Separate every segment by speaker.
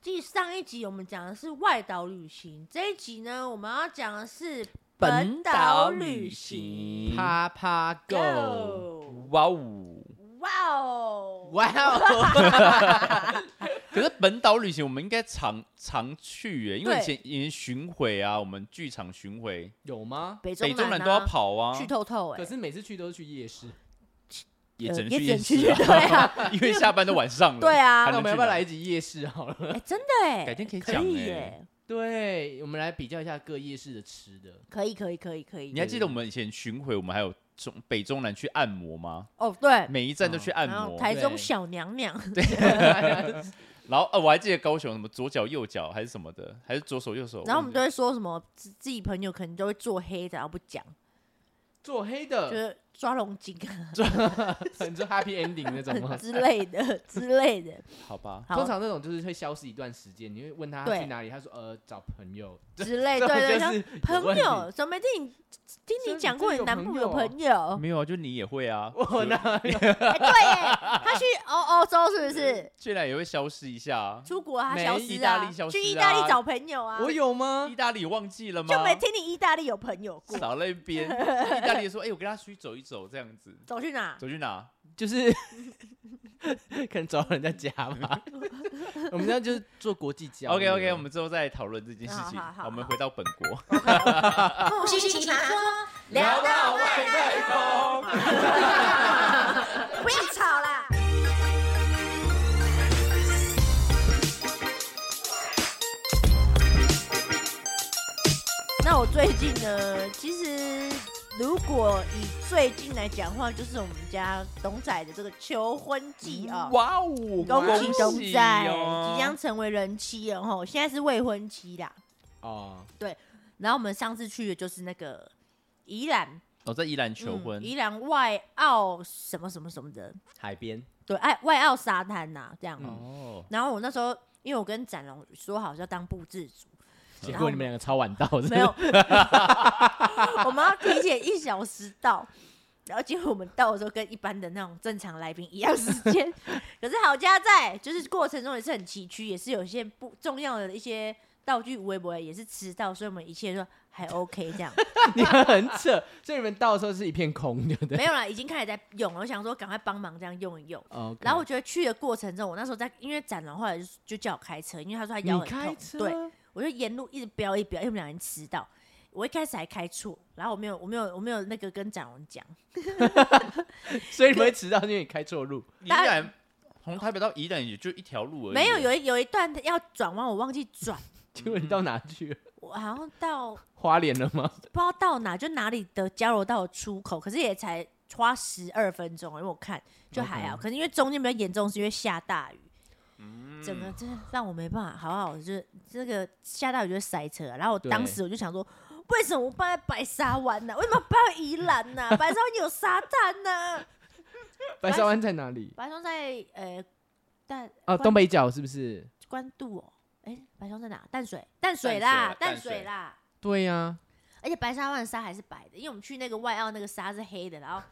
Speaker 1: 继上一集我们讲的是外岛旅行，这一集呢，我们要讲的是
Speaker 2: 本
Speaker 1: 岛
Speaker 2: 岛
Speaker 1: 旅
Speaker 2: 旅
Speaker 1: 行。
Speaker 2: 行，啪啪
Speaker 1: Go
Speaker 2: Go，哇哦！
Speaker 1: 哇哦！
Speaker 2: 哇哦！
Speaker 3: 可是本岛旅行我们应该常常去耶，因为
Speaker 1: 对
Speaker 3: 以前以前巡回啊，我们剧场巡回，
Speaker 2: 有吗？
Speaker 1: 北中
Speaker 3: 北中南
Speaker 1: 啊
Speaker 3: 都要跑啊
Speaker 1: 去，透透哎、
Speaker 2: 可是每次去都是去夜市，
Speaker 3: 也
Speaker 1: 呃
Speaker 3: 只能
Speaker 1: 也
Speaker 3: 去
Speaker 1: 只
Speaker 3: 夜
Speaker 1: 能去
Speaker 3: 市啊，
Speaker 1: 对啊
Speaker 3: 因为下班都晚上了。
Speaker 1: 对啊
Speaker 3: 还能
Speaker 2: 那我们要
Speaker 3: 去
Speaker 2: 不要
Speaker 3: 哪
Speaker 2: 来一集夜市好了？
Speaker 1: 哎、真的哎、
Speaker 3: 改天可以
Speaker 1: 可
Speaker 3: 讲
Speaker 1: 以
Speaker 3: 哎。
Speaker 1: 耶、
Speaker 2: 对，我们来比较一下各夜市的吃的。
Speaker 1: 可以可以可以可以。
Speaker 3: 你还记得我们以前巡回，我们还有中北中南去按摩吗？
Speaker 1: 哦对，
Speaker 3: 每一站都去按
Speaker 1: 哦然后
Speaker 3: 摩，
Speaker 1: 台中
Speaker 2: 对
Speaker 1: 小娘娘，
Speaker 3: 然后呃，我还记得高雄什么左脚右脚还是什么的，还是左手右手。哦
Speaker 1: 然后我们都
Speaker 3: 忘
Speaker 1: 会说什么自自己朋友可能都会做黑的，然后不讲，
Speaker 2: 做黑
Speaker 3: 呃
Speaker 1: 就
Speaker 2: 的，
Speaker 1: 是抓龙筋啊
Speaker 2: 你说 happy ending 那 种吗？
Speaker 1: 之类的之类的。
Speaker 3: 记了好吧，
Speaker 1: 好
Speaker 2: 通常那种就是会消失一段时间，你会问他
Speaker 1: 对
Speaker 2: 去哪里，他说呃找朋友，
Speaker 1: 之类，
Speaker 2: 这
Speaker 1: 对对，
Speaker 2: 就
Speaker 1: 像
Speaker 2: 是 有
Speaker 1: 朋
Speaker 2: 问题
Speaker 1: 友，怎么听你听
Speaker 2: 真
Speaker 1: 你
Speaker 2: 的
Speaker 1: 讲过
Speaker 2: 真
Speaker 1: 你
Speaker 2: 有
Speaker 1: 男
Speaker 2: 朋
Speaker 1: 朋友
Speaker 2: 友啊
Speaker 1: 朋 友？
Speaker 3: 没有啊，就你也会啊，
Speaker 2: 我哪有？
Speaker 1: 哎，对耶，他去欧欧洲是不是？
Speaker 3: 虽然也会消失一下啊。
Speaker 1: 出国他
Speaker 3: 没
Speaker 1: 消
Speaker 3: 意
Speaker 1: 失
Speaker 3: 大
Speaker 1: 啊
Speaker 3: 利消，
Speaker 1: 去
Speaker 3: 失
Speaker 1: 意大利
Speaker 3: 啊
Speaker 1: 找朋友啊，
Speaker 2: 我有 吗
Speaker 3: 意？大利忘记了吗？
Speaker 1: 就没听你意大利有朋友过，
Speaker 3: 少了一 边。意大利说：“哎、我跟他出去走一走，这样子。
Speaker 1: 走去哪”？
Speaker 3: 走去哪？
Speaker 2: 就是 可能找人家家吧。 我们现在就是做国际交流。
Speaker 3: OK OK，我们之后再讨论这件事情。
Speaker 1: 啊好好好
Speaker 3: 我们回到本国，
Speaker 1: 不哦是奇葩说，聊到外太 空，不要吵啦。那我最近呢，其实如果以最近来讲的话，就是我们家董仔的这个求婚季啊、
Speaker 3: 哇哦，
Speaker 1: 恭喜嗯董
Speaker 3: 喜
Speaker 1: 仔、
Speaker 3: 哦
Speaker 1: 即将成为人妻了吼，现在是未婚妻啦。
Speaker 2: 哦，
Speaker 1: 然后我们上次去的就是那个宜兰
Speaker 3: 我、在宜兰求婚
Speaker 1: 嗯，宜兰外澳什么什么什么的，
Speaker 2: 海边
Speaker 1: 对，哎，外澳沙滩呐、这
Speaker 2: 嗯
Speaker 1: 样。
Speaker 3: 哦，
Speaker 1: 然后我那时候，因为我跟展龙说好是要当布置组，
Speaker 2: 结果你们两个超晚到，
Speaker 1: 没有， 我们要提前一小时到。然后结果我们到的时候跟一般的那种正常来宾一样时间，可是好家在就是过程中也是很崎岖，也是有一些不重要的一些道具微博也是迟到，所以我们一切都还 OK 这样。
Speaker 2: 你们很扯，所以你们到的时候是一片空，对不对？
Speaker 1: 没有啦，已经开始在用了。我想说赶快帮忙这样用一用。
Speaker 2: 哦，
Speaker 1: 然后我觉得去的过程中，我那时候在，因为展览后来就就叫我开车，因为他说他腰
Speaker 2: 你
Speaker 1: 很
Speaker 2: 开
Speaker 1: 痛，
Speaker 2: 车，
Speaker 1: 对，我就沿路一直飙一直飙，因为我们俩人迟到。我一开始还开错，然后我没有我没有我没有那个跟展龙讲，
Speaker 2: 所以你们会迟到，因为你开错路。
Speaker 1: 嗯
Speaker 3: 宜兰从台北到宜兰也就一条路而已，
Speaker 1: 没有有一有一段要转弯，我忘记转，
Speaker 2: 结果你到哪 去了？
Speaker 1: 我好像到
Speaker 2: 花莲了吗？
Speaker 1: 不知道到哪就哪里的交流道的出口，可是也才花十二分钟，因为我看就还好。可是因为中间比较严重，是因为下大雨，
Speaker 3: 嗯
Speaker 1: 整个真的让我没办法好好，就是这个下大雨就是塞车。啊然后我
Speaker 2: 对
Speaker 1: 当时我就想说，为什么我搬在白沙湾呢、为什么搬到宜兰呢、白沙湾有沙滩呢、
Speaker 2: 白沙湾在哪里？
Speaker 1: 白沙湾在呃淡
Speaker 2: 哦，
Speaker 1: 关
Speaker 2: 东北角是不是？
Speaker 1: 关渡哦，哎、白沙湾在哪？淡水，淡
Speaker 3: 水
Speaker 1: 水啦，
Speaker 3: 淡
Speaker 1: 淡
Speaker 3: 水
Speaker 1: 水啦。
Speaker 2: 对
Speaker 1: 啊
Speaker 2: 呀，
Speaker 1: 而且白沙湾的沙还是白的，因为我们去那个外澳那个沙是黑的，然后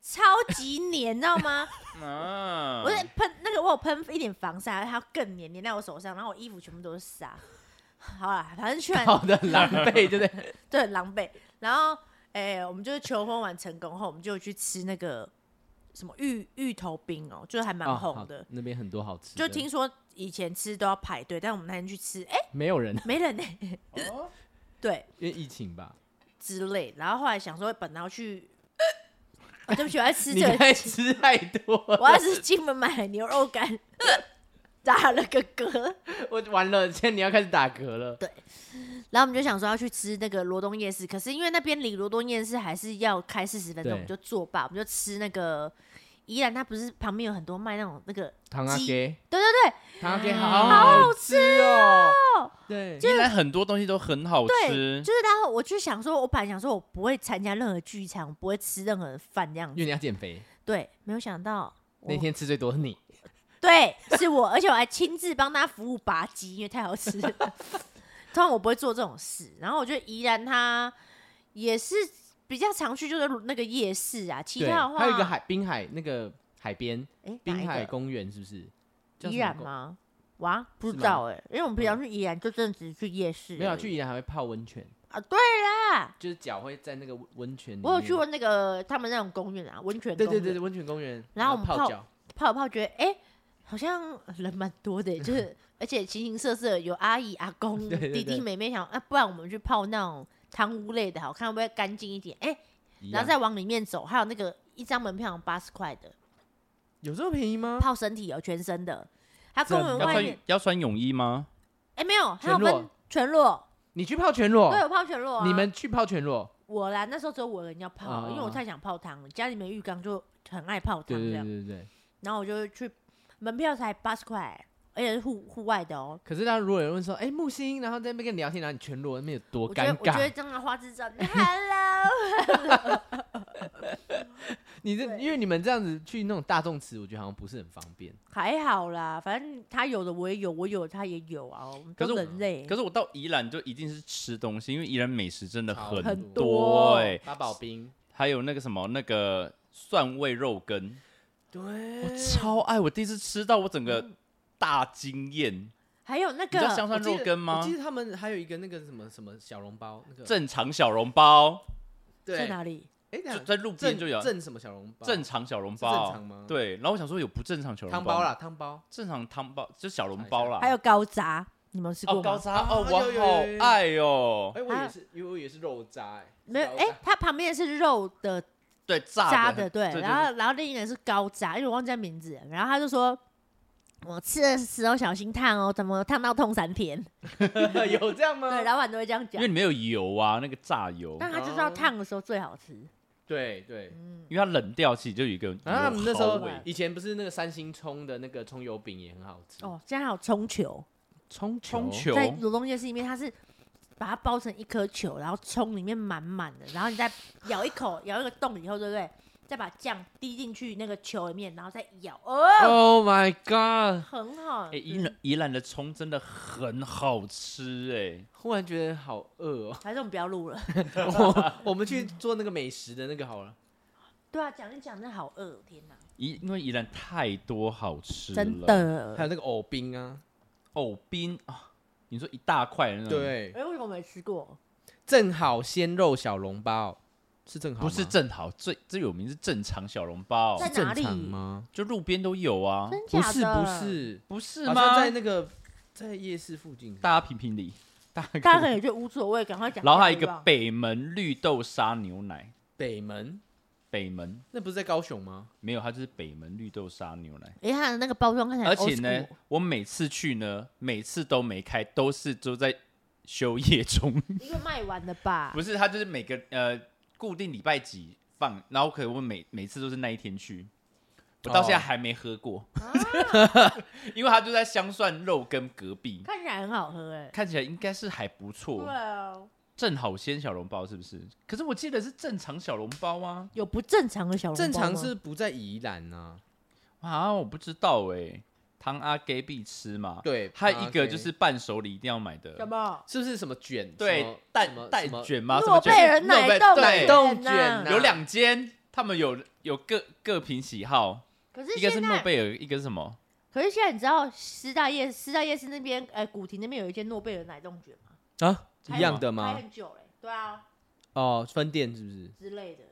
Speaker 1: 超级黏，你知道 吗？
Speaker 3: 啊，
Speaker 1: 我在喷那个，我有喷一点防晒，它更黏，黏在我手上，然后我衣服全部都是沙。好啦，反正去完
Speaker 2: 好的，狼狈，对不对？
Speaker 1: 对很狼狈，然后哎、我们就是求婚完成功后，我们就去吃那个什么芋芋头冰哦、就是还蛮
Speaker 2: 哦
Speaker 1: 红
Speaker 2: 好
Speaker 1: 的。
Speaker 2: 那边很多好吃的，
Speaker 1: 就听说以前吃都要排队，但我们那天去吃，哎、
Speaker 2: 没有人，
Speaker 1: 没人呢、
Speaker 3: 哦
Speaker 1: 对，
Speaker 2: 因为疫情吧。
Speaker 1: 之类。然后后来想说，本来要去，哦、对不起，我在吃
Speaker 2: 你
Speaker 1: 这个，
Speaker 2: 该吃太多了，
Speaker 1: 我要是金门买的牛肉干， 打了个嗝。
Speaker 2: 我完了，现在你要开始打嗝了。
Speaker 1: 然后我们就想说要去吃那个罗东夜市，可是因为那边离罗东夜市还是要开四十分钟，
Speaker 2: 对
Speaker 1: 我们就作罢，我们就吃那个。宜兰它不是旁边有很多卖那种那个，
Speaker 2: 糖阿给，
Speaker 1: 对对
Speaker 2: 糖阿给
Speaker 3: 嗯
Speaker 2: 好
Speaker 3: 好
Speaker 2: 吃哦。
Speaker 1: 哦
Speaker 2: 对，
Speaker 3: 宜兰很多东西都很好
Speaker 1: 对，对，
Speaker 3: 吃
Speaker 1: 就，是然后我就想说，我本来想说我不会参加任何聚餐，我不会吃任何饭这样
Speaker 2: 因为
Speaker 1: 子，
Speaker 2: 你要减肥，
Speaker 1: 对，没有想到我
Speaker 2: 那天吃最多是你。
Speaker 1: 对，是我，而且我还亲自帮他服务拔鸡，因为太好吃了。 通常我不会做这种事，然后我觉得宜兰它也是比较常去，就是那个夜市啊。其
Speaker 2: 对，
Speaker 1: 他的话，
Speaker 2: 还有一个海滨海那个海边
Speaker 1: 诶，
Speaker 2: 滨
Speaker 1: 哪一
Speaker 2: 海
Speaker 1: 个
Speaker 2: 公园是不是？叫
Speaker 1: 宜
Speaker 2: 什么
Speaker 1: 兰
Speaker 2: 公？
Speaker 1: 吗？哇，不
Speaker 2: 是
Speaker 1: 知
Speaker 2: 吗嗯
Speaker 1: 道哎、因为我们平常去宜兰就真的只是去夜市而已，
Speaker 2: 没有啊去宜兰还会泡温泉，
Speaker 1: 啊。对啦，
Speaker 2: 就是脚会在那个温温泉里面。
Speaker 1: 我有去过那个他们那种公园啊，温泉公
Speaker 2: 嗯对
Speaker 1: 园，
Speaker 2: 对对对，温泉公园，
Speaker 1: 然后我们
Speaker 2: 泡
Speaker 1: 泡
Speaker 2: 脚，
Speaker 1: 泡一泡觉得哎、诶好像人蛮多的、就是 而且形形色色，有阿姨、阿公、
Speaker 2: 对对
Speaker 1: 弟弟、
Speaker 2: 对
Speaker 1: 妹妹想，啊，不然我们去泡那种汤屋类的，好看会不会干净一点？哎、
Speaker 2: 一
Speaker 1: 然
Speaker 2: 样
Speaker 1: 后再往里面走，还有那个一张门票八十块的，
Speaker 2: 有这么便宜吗？
Speaker 1: 泡身体哦，全身的。它公园
Speaker 3: 要
Speaker 1: 外面
Speaker 3: 穿，要穿泳衣吗？
Speaker 1: 哎、没有，它有
Speaker 2: 啊全裸
Speaker 1: 分全裸，
Speaker 2: 你去泡全裸
Speaker 1: 都，有泡全裸啊。
Speaker 2: 你们去泡全裸，
Speaker 1: 我啦，那时候只有我一个人要泡，
Speaker 3: 哦
Speaker 2: 啊
Speaker 1: 因为我太想泡汤了，家里没浴缸就很爱泡汤
Speaker 2: 对
Speaker 1: 这
Speaker 2: 对
Speaker 1: 样
Speaker 2: 对。对对。
Speaker 1: 然后我就去，门票才八十块，而且是户户外的哦。
Speaker 2: 可是，当如果有人问说：“哎、木星，然后在那边跟你聊天，然后你全裸，那边有多
Speaker 1: 我觉
Speaker 2: 尴
Speaker 1: 得我觉得
Speaker 2: 尬？
Speaker 1: 这样的花枝招展 ，Hello，
Speaker 2: 你这
Speaker 1: 对
Speaker 2: 因为你们这样子去那种大众池，我觉得好像不是很方便。
Speaker 1: 还好啦，反正他有的我也有，我有的他也有啊，我们
Speaker 3: 可是
Speaker 1: 都
Speaker 3: 我
Speaker 1: 人类
Speaker 3: 可。是我到宜兰就一定是吃东西，因为宜兰美食真的
Speaker 2: 超
Speaker 3: 很
Speaker 2: 多
Speaker 3: 多哎、
Speaker 2: 八宝冰，
Speaker 3: 还有那个什么那个蒜味肉羹，
Speaker 2: 对
Speaker 3: 我超爱，我第一次吃到我整个
Speaker 2: 嗯
Speaker 3: 大惊艳。
Speaker 1: 还有那
Speaker 3: 你知道
Speaker 1: 个
Speaker 3: 香蒜肉羹
Speaker 2: 啊我
Speaker 3: 吗
Speaker 2: 记？得他们还有一个那个什么什么小笼包，那个
Speaker 3: 正常小笼包，
Speaker 1: 在
Speaker 2: 对，
Speaker 1: 哪里？
Speaker 2: 哎，
Speaker 3: 就
Speaker 2: 正
Speaker 3: 在路边就有啊
Speaker 2: 正什么小笼包，
Speaker 3: 正常小笼
Speaker 2: 是正
Speaker 3: 包，
Speaker 2: 常吗
Speaker 3: 对。然后我想说有不正常小笼
Speaker 2: 汤
Speaker 3: 包
Speaker 2: 包
Speaker 3: 吗，
Speaker 2: 啦，汤包
Speaker 3: 正常汤包就小笼
Speaker 2: 查一
Speaker 3: 包
Speaker 2: 下
Speaker 3: 啦。
Speaker 1: 还有高炸，你们有吃过
Speaker 3: 啊哦
Speaker 1: 吗？
Speaker 3: 高渣
Speaker 2: 啊
Speaker 3: 哦，
Speaker 2: 有有
Speaker 3: 我
Speaker 2: 有有有
Speaker 3: 好爱哦。
Speaker 2: 哎，我
Speaker 1: 啊
Speaker 2: 也是，因为我也是肉渣，哎，
Speaker 1: 没有？
Speaker 2: 是
Speaker 1: 哎、
Speaker 2: 高渣
Speaker 1: 它旁边是肉的
Speaker 3: 对，炸
Speaker 1: 渣
Speaker 3: 的
Speaker 1: 的，对，
Speaker 3: 很对
Speaker 1: 然后然后另一个是高渣，因为我忘记他名字了，然后他就说。我吃的时候小心烫哦，怎么烫到痛三天？
Speaker 2: 有这样吗？
Speaker 1: 对，老板都会这样
Speaker 3: 因
Speaker 1: 讲
Speaker 3: 为。里面有油啊，那个炸油，
Speaker 1: 但他就是要烫的时候最好吃。
Speaker 2: 对对。
Speaker 1: 嗯，
Speaker 3: 因为它冷掉，其实就有一个
Speaker 2: 啊，我们那时
Speaker 3: 油
Speaker 2: 候
Speaker 3: 耗味
Speaker 2: 以前不是那个三星葱的那个葱油饼也很好吃，
Speaker 1: 哦，现在还有葱球，
Speaker 2: 葱
Speaker 3: 冲
Speaker 2: 球
Speaker 3: 球
Speaker 1: 在卤东夜市里面，它是把它包成一颗球，然后葱里面满满的，然后你再咬一口，咬一个洞以后，对不对？再把酱滴进去那个球里面，然后再咬，哦，
Speaker 2: ，Oh my god！
Speaker 1: 很好吃。
Speaker 3: 哎、宜兰宜兰的葱真的很好吃哎、
Speaker 2: 忽然觉得好饿哦。
Speaker 1: 还是我们不要录了。
Speaker 2: 我我们去做那个美食的那个好了，
Speaker 1: 对啊，讲一讲真的好饿，天哪，
Speaker 3: 宜因为宜兰太多好吃了，
Speaker 1: 真。的
Speaker 3: 嗯
Speaker 2: 还。有那个藕冰啊，
Speaker 3: 藕冰啊，你说一大块的那种，，
Speaker 2: 对，
Speaker 1: 哎、为什么没吃过？
Speaker 2: 正好鲜肉小笼包是正好吗
Speaker 3: 不是正好最最有名是正常小笼包，
Speaker 1: 在
Speaker 2: 是
Speaker 1: 哪
Speaker 2: 正
Speaker 1: 里
Speaker 2: 常吗？
Speaker 3: 就路边都有啊，
Speaker 1: 真假
Speaker 2: 不
Speaker 1: 的？
Speaker 2: 是不，是，
Speaker 3: 不是
Speaker 2: 好
Speaker 3: 吗？
Speaker 2: 像在那个在夜市附近，
Speaker 3: 大家评评理。
Speaker 1: 大家可能也就无所谓，赶快讲。
Speaker 3: 然后还有一个北门绿豆沙牛奶，
Speaker 2: 北门，
Speaker 3: 北门
Speaker 2: 那不是在高雄吗？
Speaker 3: 没有，它就是北门绿豆沙牛奶。
Speaker 1: 哎、它的那个包装看起来
Speaker 3: 而
Speaker 1: 很
Speaker 3: 且
Speaker 1: old school，
Speaker 3: 呢，我每次去呢，每次都没开，都是都在休 业中。
Speaker 1: 应该卖完了吧？
Speaker 3: 不是，他就是每个呃固定礼拜几放，然后可我每每次都是那一天去，我到现在
Speaker 2: 哦
Speaker 3: 还没喝过，
Speaker 1: 哦
Speaker 3: 因为他就在香蒜肉跟隔壁，
Speaker 1: 看起来很好喝哎、
Speaker 3: 看起来应该是还不
Speaker 1: 对
Speaker 3: 错。
Speaker 1: 啊，
Speaker 3: 正好鲜小笼包是不是？可是我记得是正常小笼包啊，
Speaker 1: 有不正常的小笼包
Speaker 2: 正常
Speaker 1: 吗
Speaker 2: 是不在宜兰啊，
Speaker 3: 啊，我不知道哎、汤阿给必吃嘛，，
Speaker 2: 对，
Speaker 3: 还有一个就
Speaker 2: 啊
Speaker 3: 是伴手礼一定要买
Speaker 1: 什
Speaker 3: 的，
Speaker 1: 么？
Speaker 2: 是不是什么卷？什
Speaker 3: 对
Speaker 2: 么，什
Speaker 3: 蛋
Speaker 2: 么
Speaker 3: 蛋
Speaker 2: 什么
Speaker 3: 卷吗？什
Speaker 1: 诺
Speaker 3: 么卷
Speaker 1: 贝尔奶冻啊
Speaker 3: 对
Speaker 2: 奶冻卷
Speaker 1: 呐
Speaker 2: 呐
Speaker 3: 有两间，他们有有各各凭喜好。
Speaker 1: 可是
Speaker 3: 一个是
Speaker 1: 现
Speaker 3: 诺
Speaker 1: 在，
Speaker 3: 贝尔，一个是什么？
Speaker 1: 可是现在你知道师大夜师大夜市那边，哎、古亭那边有一间诺贝尔奶冻卷吗？
Speaker 2: 啊
Speaker 1: 开
Speaker 2: 一样
Speaker 1: 很
Speaker 2: 的
Speaker 1: 开
Speaker 2: 吗？
Speaker 1: 很久嘞、对啊
Speaker 2: 哦，分店是不是？
Speaker 1: 之类的。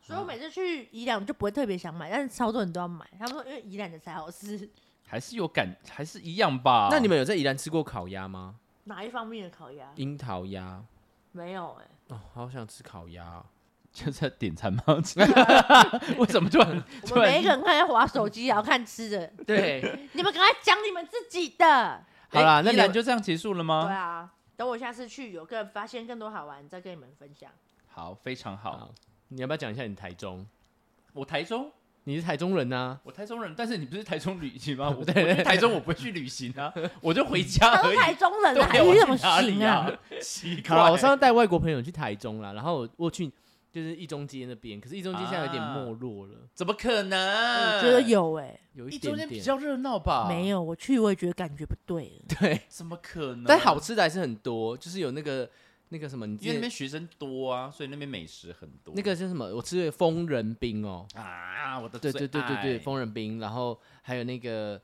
Speaker 1: 所以我每次去宜兰，我就不会特别想买，但是超多人都要买。他们说因为宜兰的才好吃，
Speaker 3: 还是有感，还是一样吧？
Speaker 2: 那你们有在宜兰吃过烤鸭吗？
Speaker 1: 哪一方面的烤鸭？
Speaker 2: 樱桃鸭
Speaker 1: 没有 哎、
Speaker 2: 哦，好想吃烤鸭哦、
Speaker 3: 就在点餐吗？
Speaker 1: 啊
Speaker 3: 为什么突然
Speaker 1: 我
Speaker 3: 突
Speaker 1: 们每一
Speaker 3: 然
Speaker 1: 个？人看在划手机，然后看吃 的。
Speaker 2: 对，
Speaker 1: 你们赶快讲你们自己的。
Speaker 3: 好啦，那
Speaker 2: 宜
Speaker 3: 你
Speaker 2: 兰
Speaker 3: 们就这样结束了
Speaker 1: 对
Speaker 3: 吗？
Speaker 1: 啊，等我下次去有更发现更多好玩，再跟你们分享。
Speaker 3: 好，非常好。
Speaker 2: 好， 你要不要讲一下你台中？
Speaker 3: 我台中，
Speaker 2: 你是台中人啊呐、
Speaker 3: 我台中人，但是你不是台中旅行吗？我我去台中我不会去旅行啊，我就回家
Speaker 1: 他
Speaker 3: 而
Speaker 1: 都
Speaker 3: 已。
Speaker 1: 台中人
Speaker 3: 对
Speaker 1: 了，
Speaker 3: 啊
Speaker 1: 还
Speaker 3: 我
Speaker 1: 是
Speaker 3: 去
Speaker 1: 怎么
Speaker 3: 哪里
Speaker 1: 行啊？
Speaker 3: 啊？奇
Speaker 2: 好啦，
Speaker 3: 怪，
Speaker 2: 我上次带外国朋友去台中啦，然后我我去就是一中街那边，可是一中街现在有点
Speaker 3: 啊
Speaker 2: 没落了，
Speaker 3: 怎么可能？
Speaker 1: 我觉得有哎、
Speaker 2: 有
Speaker 3: 一
Speaker 2: 一
Speaker 3: 中
Speaker 2: 点
Speaker 3: 间比
Speaker 2: 点。
Speaker 3: 较热闹吧？
Speaker 1: 没，有，我去我也觉得感觉不对了。
Speaker 2: 对，
Speaker 3: 怎么可能？
Speaker 2: 但好，吃的还是很多，就是有那个那个什么，你
Speaker 3: 因为那
Speaker 2: 之
Speaker 3: 边
Speaker 2: 前
Speaker 3: 学生多啊，所以那边美食很多。
Speaker 2: 那个叫什么？我吃的疯人冰哦、
Speaker 3: 啊，我的
Speaker 2: 对
Speaker 3: 最
Speaker 2: 对对对对，
Speaker 3: 爱
Speaker 2: 疯人冰，然后还有那个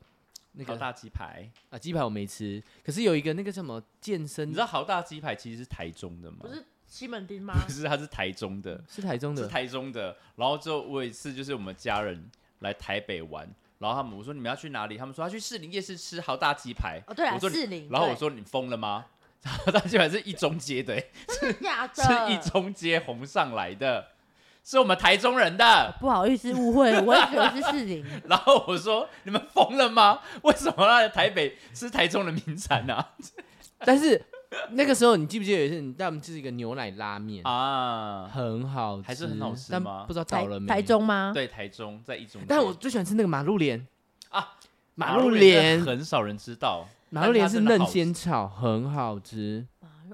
Speaker 2: 那
Speaker 3: 好
Speaker 2: 个
Speaker 3: 大鸡排，
Speaker 2: 啊鸡排我没吃，可是有一个那个叫什么健
Speaker 3: 你
Speaker 2: 身
Speaker 3: 知，道好大鸡排其实是台中的吗？
Speaker 1: 不是西门町吗？
Speaker 3: 不是，它是台中的，
Speaker 2: 是台中
Speaker 3: 是
Speaker 2: 的，
Speaker 3: 台中的。然后之后我有一次就是我们家人来台北玩，然后他们我说你们要去哪里？他们说要去士林夜市吃好大鸡排。
Speaker 1: 哦，对啊，
Speaker 3: 我说你
Speaker 1: 士林。
Speaker 3: 然后我
Speaker 1: 对
Speaker 3: 说你疯了吗？ 好大鸡排是一中街 的、欸
Speaker 1: 假的，
Speaker 3: 是一中街红上来的，是我们台中人的。
Speaker 1: 不好意思，误 会了，我也以为是士林。
Speaker 3: 然后我说：“你们疯了吗？为什么要来台北吃台中的名产啊呢、
Speaker 2: 但是那个时候你记不记得有一次你带我们吃一个牛奶拉 面，
Speaker 3: 啊？”
Speaker 2: 很好吃，
Speaker 3: 还是很好吃
Speaker 2: 但
Speaker 3: 吗
Speaker 2: 不知道
Speaker 1: 台
Speaker 2: 倒了没？
Speaker 1: 台中吗？
Speaker 3: 对，台中在一中街，
Speaker 2: 但我最喜欢吃那个马路莲
Speaker 3: 啊，
Speaker 2: 马路
Speaker 3: 莲
Speaker 2: 莲
Speaker 3: 真的，很少人知道，
Speaker 2: 马路莲是嫩
Speaker 3: 但
Speaker 2: 仙草，很好吃。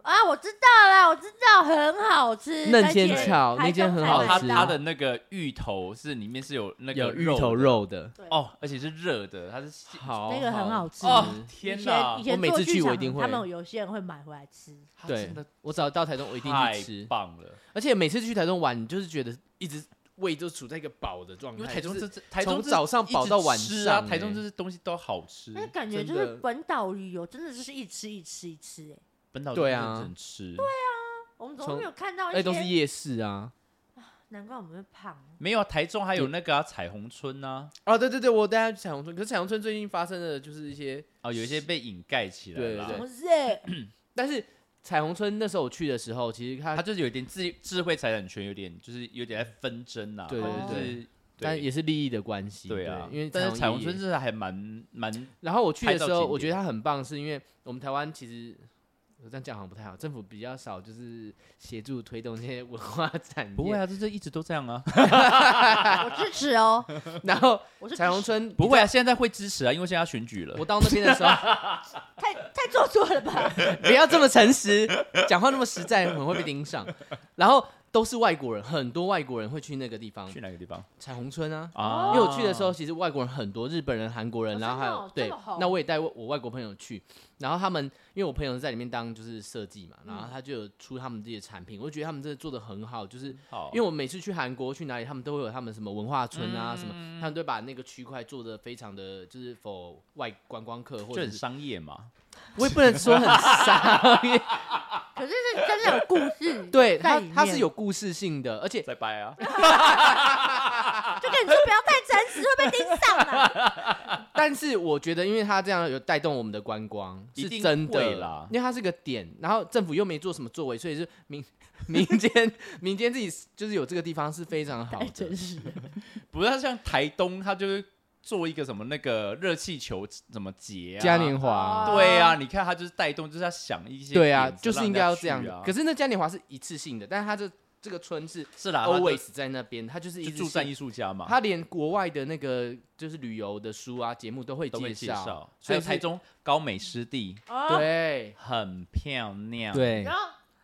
Speaker 1: 啊，我知道啦，我知道，很好吃。
Speaker 2: 嫩
Speaker 1: 而且
Speaker 2: 仙草
Speaker 1: 台
Speaker 2: 那间
Speaker 1: 中
Speaker 2: 很
Speaker 1: 才
Speaker 3: 它
Speaker 2: 好
Speaker 3: 的
Speaker 1: 买
Speaker 3: 它
Speaker 1: 得
Speaker 2: 吃
Speaker 1: 到
Speaker 3: 它的那个芋头是里面是有那个
Speaker 2: 有芋头
Speaker 3: 的
Speaker 2: 肉的，
Speaker 3: 哦，而且是热的，它是
Speaker 2: 好，
Speaker 1: 那个很好吃
Speaker 3: 哦
Speaker 2: 嗯
Speaker 3: 天
Speaker 1: 以
Speaker 3: 哪
Speaker 1: 前以，前
Speaker 2: 我每
Speaker 1: 做
Speaker 2: 次
Speaker 1: 剧
Speaker 2: 去我
Speaker 1: 场
Speaker 2: 一定会
Speaker 1: 他们有些人会买回来吃。
Speaker 3: 它
Speaker 2: 对
Speaker 3: 真的，
Speaker 2: 我只要到台中，我一定
Speaker 3: 太
Speaker 2: 去吃。
Speaker 3: 棒了，
Speaker 2: 而且每次去台中玩，你就是觉得一直胃就处在一个饱的状态，
Speaker 3: 因为台中
Speaker 2: 就是
Speaker 3: 这台中
Speaker 2: 从
Speaker 3: 这
Speaker 2: 早上
Speaker 3: 一
Speaker 2: 饱
Speaker 3: 直
Speaker 2: 到晚
Speaker 3: 吃
Speaker 2: 上
Speaker 3: 啊，台中
Speaker 2: 欸
Speaker 3: 这些东西都好吃，
Speaker 1: 那感觉就
Speaker 2: 真的
Speaker 1: 是本岛旅游，真的就是一吃一吃一吃，哎，
Speaker 3: 本岛真
Speaker 2: 对
Speaker 3: 的
Speaker 2: 啊
Speaker 3: 很能吃，对啊，
Speaker 1: 我们怎么
Speaker 2: 从
Speaker 1: 没有看到
Speaker 2: 那
Speaker 1: 一
Speaker 2: 都是
Speaker 1: 些？
Speaker 2: 夜市啊。
Speaker 1: 难怪我们会胖。
Speaker 3: 没有啊台中还有那个啊彩虹村啊，
Speaker 2: 啊，对对对，我带他去彩虹村，可是彩虹村最近发生的就是一些，
Speaker 3: 哦，有一些被掩盖起来
Speaker 2: 对
Speaker 3: 了
Speaker 2: 对
Speaker 1: 怎
Speaker 3: 啊，
Speaker 1: 么是？
Speaker 2: 但是彩虹村那时候我去的时候，其实它
Speaker 3: 它就是有一点智智慧财产权，有点就是有点在纷争啊，
Speaker 2: 对
Speaker 1: 对
Speaker 3: 就
Speaker 1: 对
Speaker 3: 是
Speaker 2: 但
Speaker 3: 对
Speaker 2: 也是利益的关系，
Speaker 3: 对啊，
Speaker 2: 因为
Speaker 3: 但是彩虹
Speaker 2: 也
Speaker 3: 村是还蛮蛮
Speaker 2: 然后我去
Speaker 3: 拍
Speaker 2: 的
Speaker 3: 照
Speaker 2: 时候，
Speaker 3: 景
Speaker 2: 我觉得
Speaker 3: 点
Speaker 2: 它很棒，是因为我们台湾其实我这样讲好像不太好，政府比较少就是协助推动这些文化产业。
Speaker 3: 不会啊，这这一直都这样啊，
Speaker 1: 我支持哦，
Speaker 2: 然后
Speaker 1: 我 是
Speaker 2: 彩虹 村
Speaker 3: 不会啊，现在会支持啊，因为现在要选举了
Speaker 2: 我，到那边的 时候，
Speaker 1: 太太做作了吧？
Speaker 2: 不要这么诚实，讲话那么实在，很会被盯上。然后都是外国人，很多外国人会去那个地方
Speaker 3: 去哪个地方
Speaker 2: 彩虹村啊。
Speaker 3: 啊
Speaker 2: 因为我去的时候，，其实外国人很多，日本人、韩国人，
Speaker 1: 哦
Speaker 2: 然后还
Speaker 1: 真的
Speaker 2: 有、
Speaker 1: 哦
Speaker 2: 对
Speaker 1: 这么好，
Speaker 2: 那我也带我我外国朋友去，然后他们因为我朋友是在里面当就是设计嘛，
Speaker 1: 嗯
Speaker 2: 然后他就有出他们自己的产品，我就觉得他们真的做的很好，就是
Speaker 3: 好，
Speaker 2: 因为我每次去韩国去哪里，他们都会有他们什么文化村
Speaker 1: 嗯
Speaker 2: 啊、什么，他们都会把那个区块做的非常的就是否外观光客或
Speaker 3: 就
Speaker 2: 者
Speaker 3: 很
Speaker 2: 是
Speaker 3: 商业嘛，
Speaker 2: 我也不能说很 傻，因为
Speaker 1: 可是是真的有故事，
Speaker 2: 对
Speaker 1: 在
Speaker 2: 它
Speaker 1: 里面
Speaker 2: 它是有故事性的，而且
Speaker 3: 再掰啊，
Speaker 1: 就跟你说不要太诚实，会被盯上啊。
Speaker 2: 但是我觉得，因为它这样有带动我们的观光，
Speaker 3: 一
Speaker 2: 是
Speaker 3: 定
Speaker 2: 真
Speaker 3: 会
Speaker 2: 的
Speaker 3: 啦
Speaker 2: 因为它是个点，然后政府又没做什么作为，所以是民 民间民间自己就是有这个地方是非常好
Speaker 1: 太
Speaker 2: 的
Speaker 1: 诚。 实了，
Speaker 3: 不要像台东，它就会做一个什么那个热气球怎么节啊，
Speaker 2: 嘉年华、
Speaker 1: 哦
Speaker 3: 对啊，你看他就是带动，就是要想一些
Speaker 2: 对啊，
Speaker 3: 点子
Speaker 2: 就是
Speaker 3: 让人
Speaker 2: 应该
Speaker 3: 家
Speaker 2: 要
Speaker 3: 去
Speaker 2: 这样的。
Speaker 3: 啊
Speaker 2: 可是那嘉年华是一次性的，但是它这这个村是
Speaker 3: 是啦，他
Speaker 2: always 在那边，它就是
Speaker 3: 啊就就
Speaker 2: 一直
Speaker 3: 驻
Speaker 2: 是
Speaker 3: 站艺术家嘛，
Speaker 2: 它连国外的那个就是旅游的书啊节目都会
Speaker 3: 都会介
Speaker 2: 绍，
Speaker 3: 绍。还
Speaker 2: 所以
Speaker 3: 有
Speaker 2: 是
Speaker 3: 台中高美湿地
Speaker 1: 哦，
Speaker 2: 对
Speaker 3: 很漂亮，，
Speaker 2: 对
Speaker 1: 然后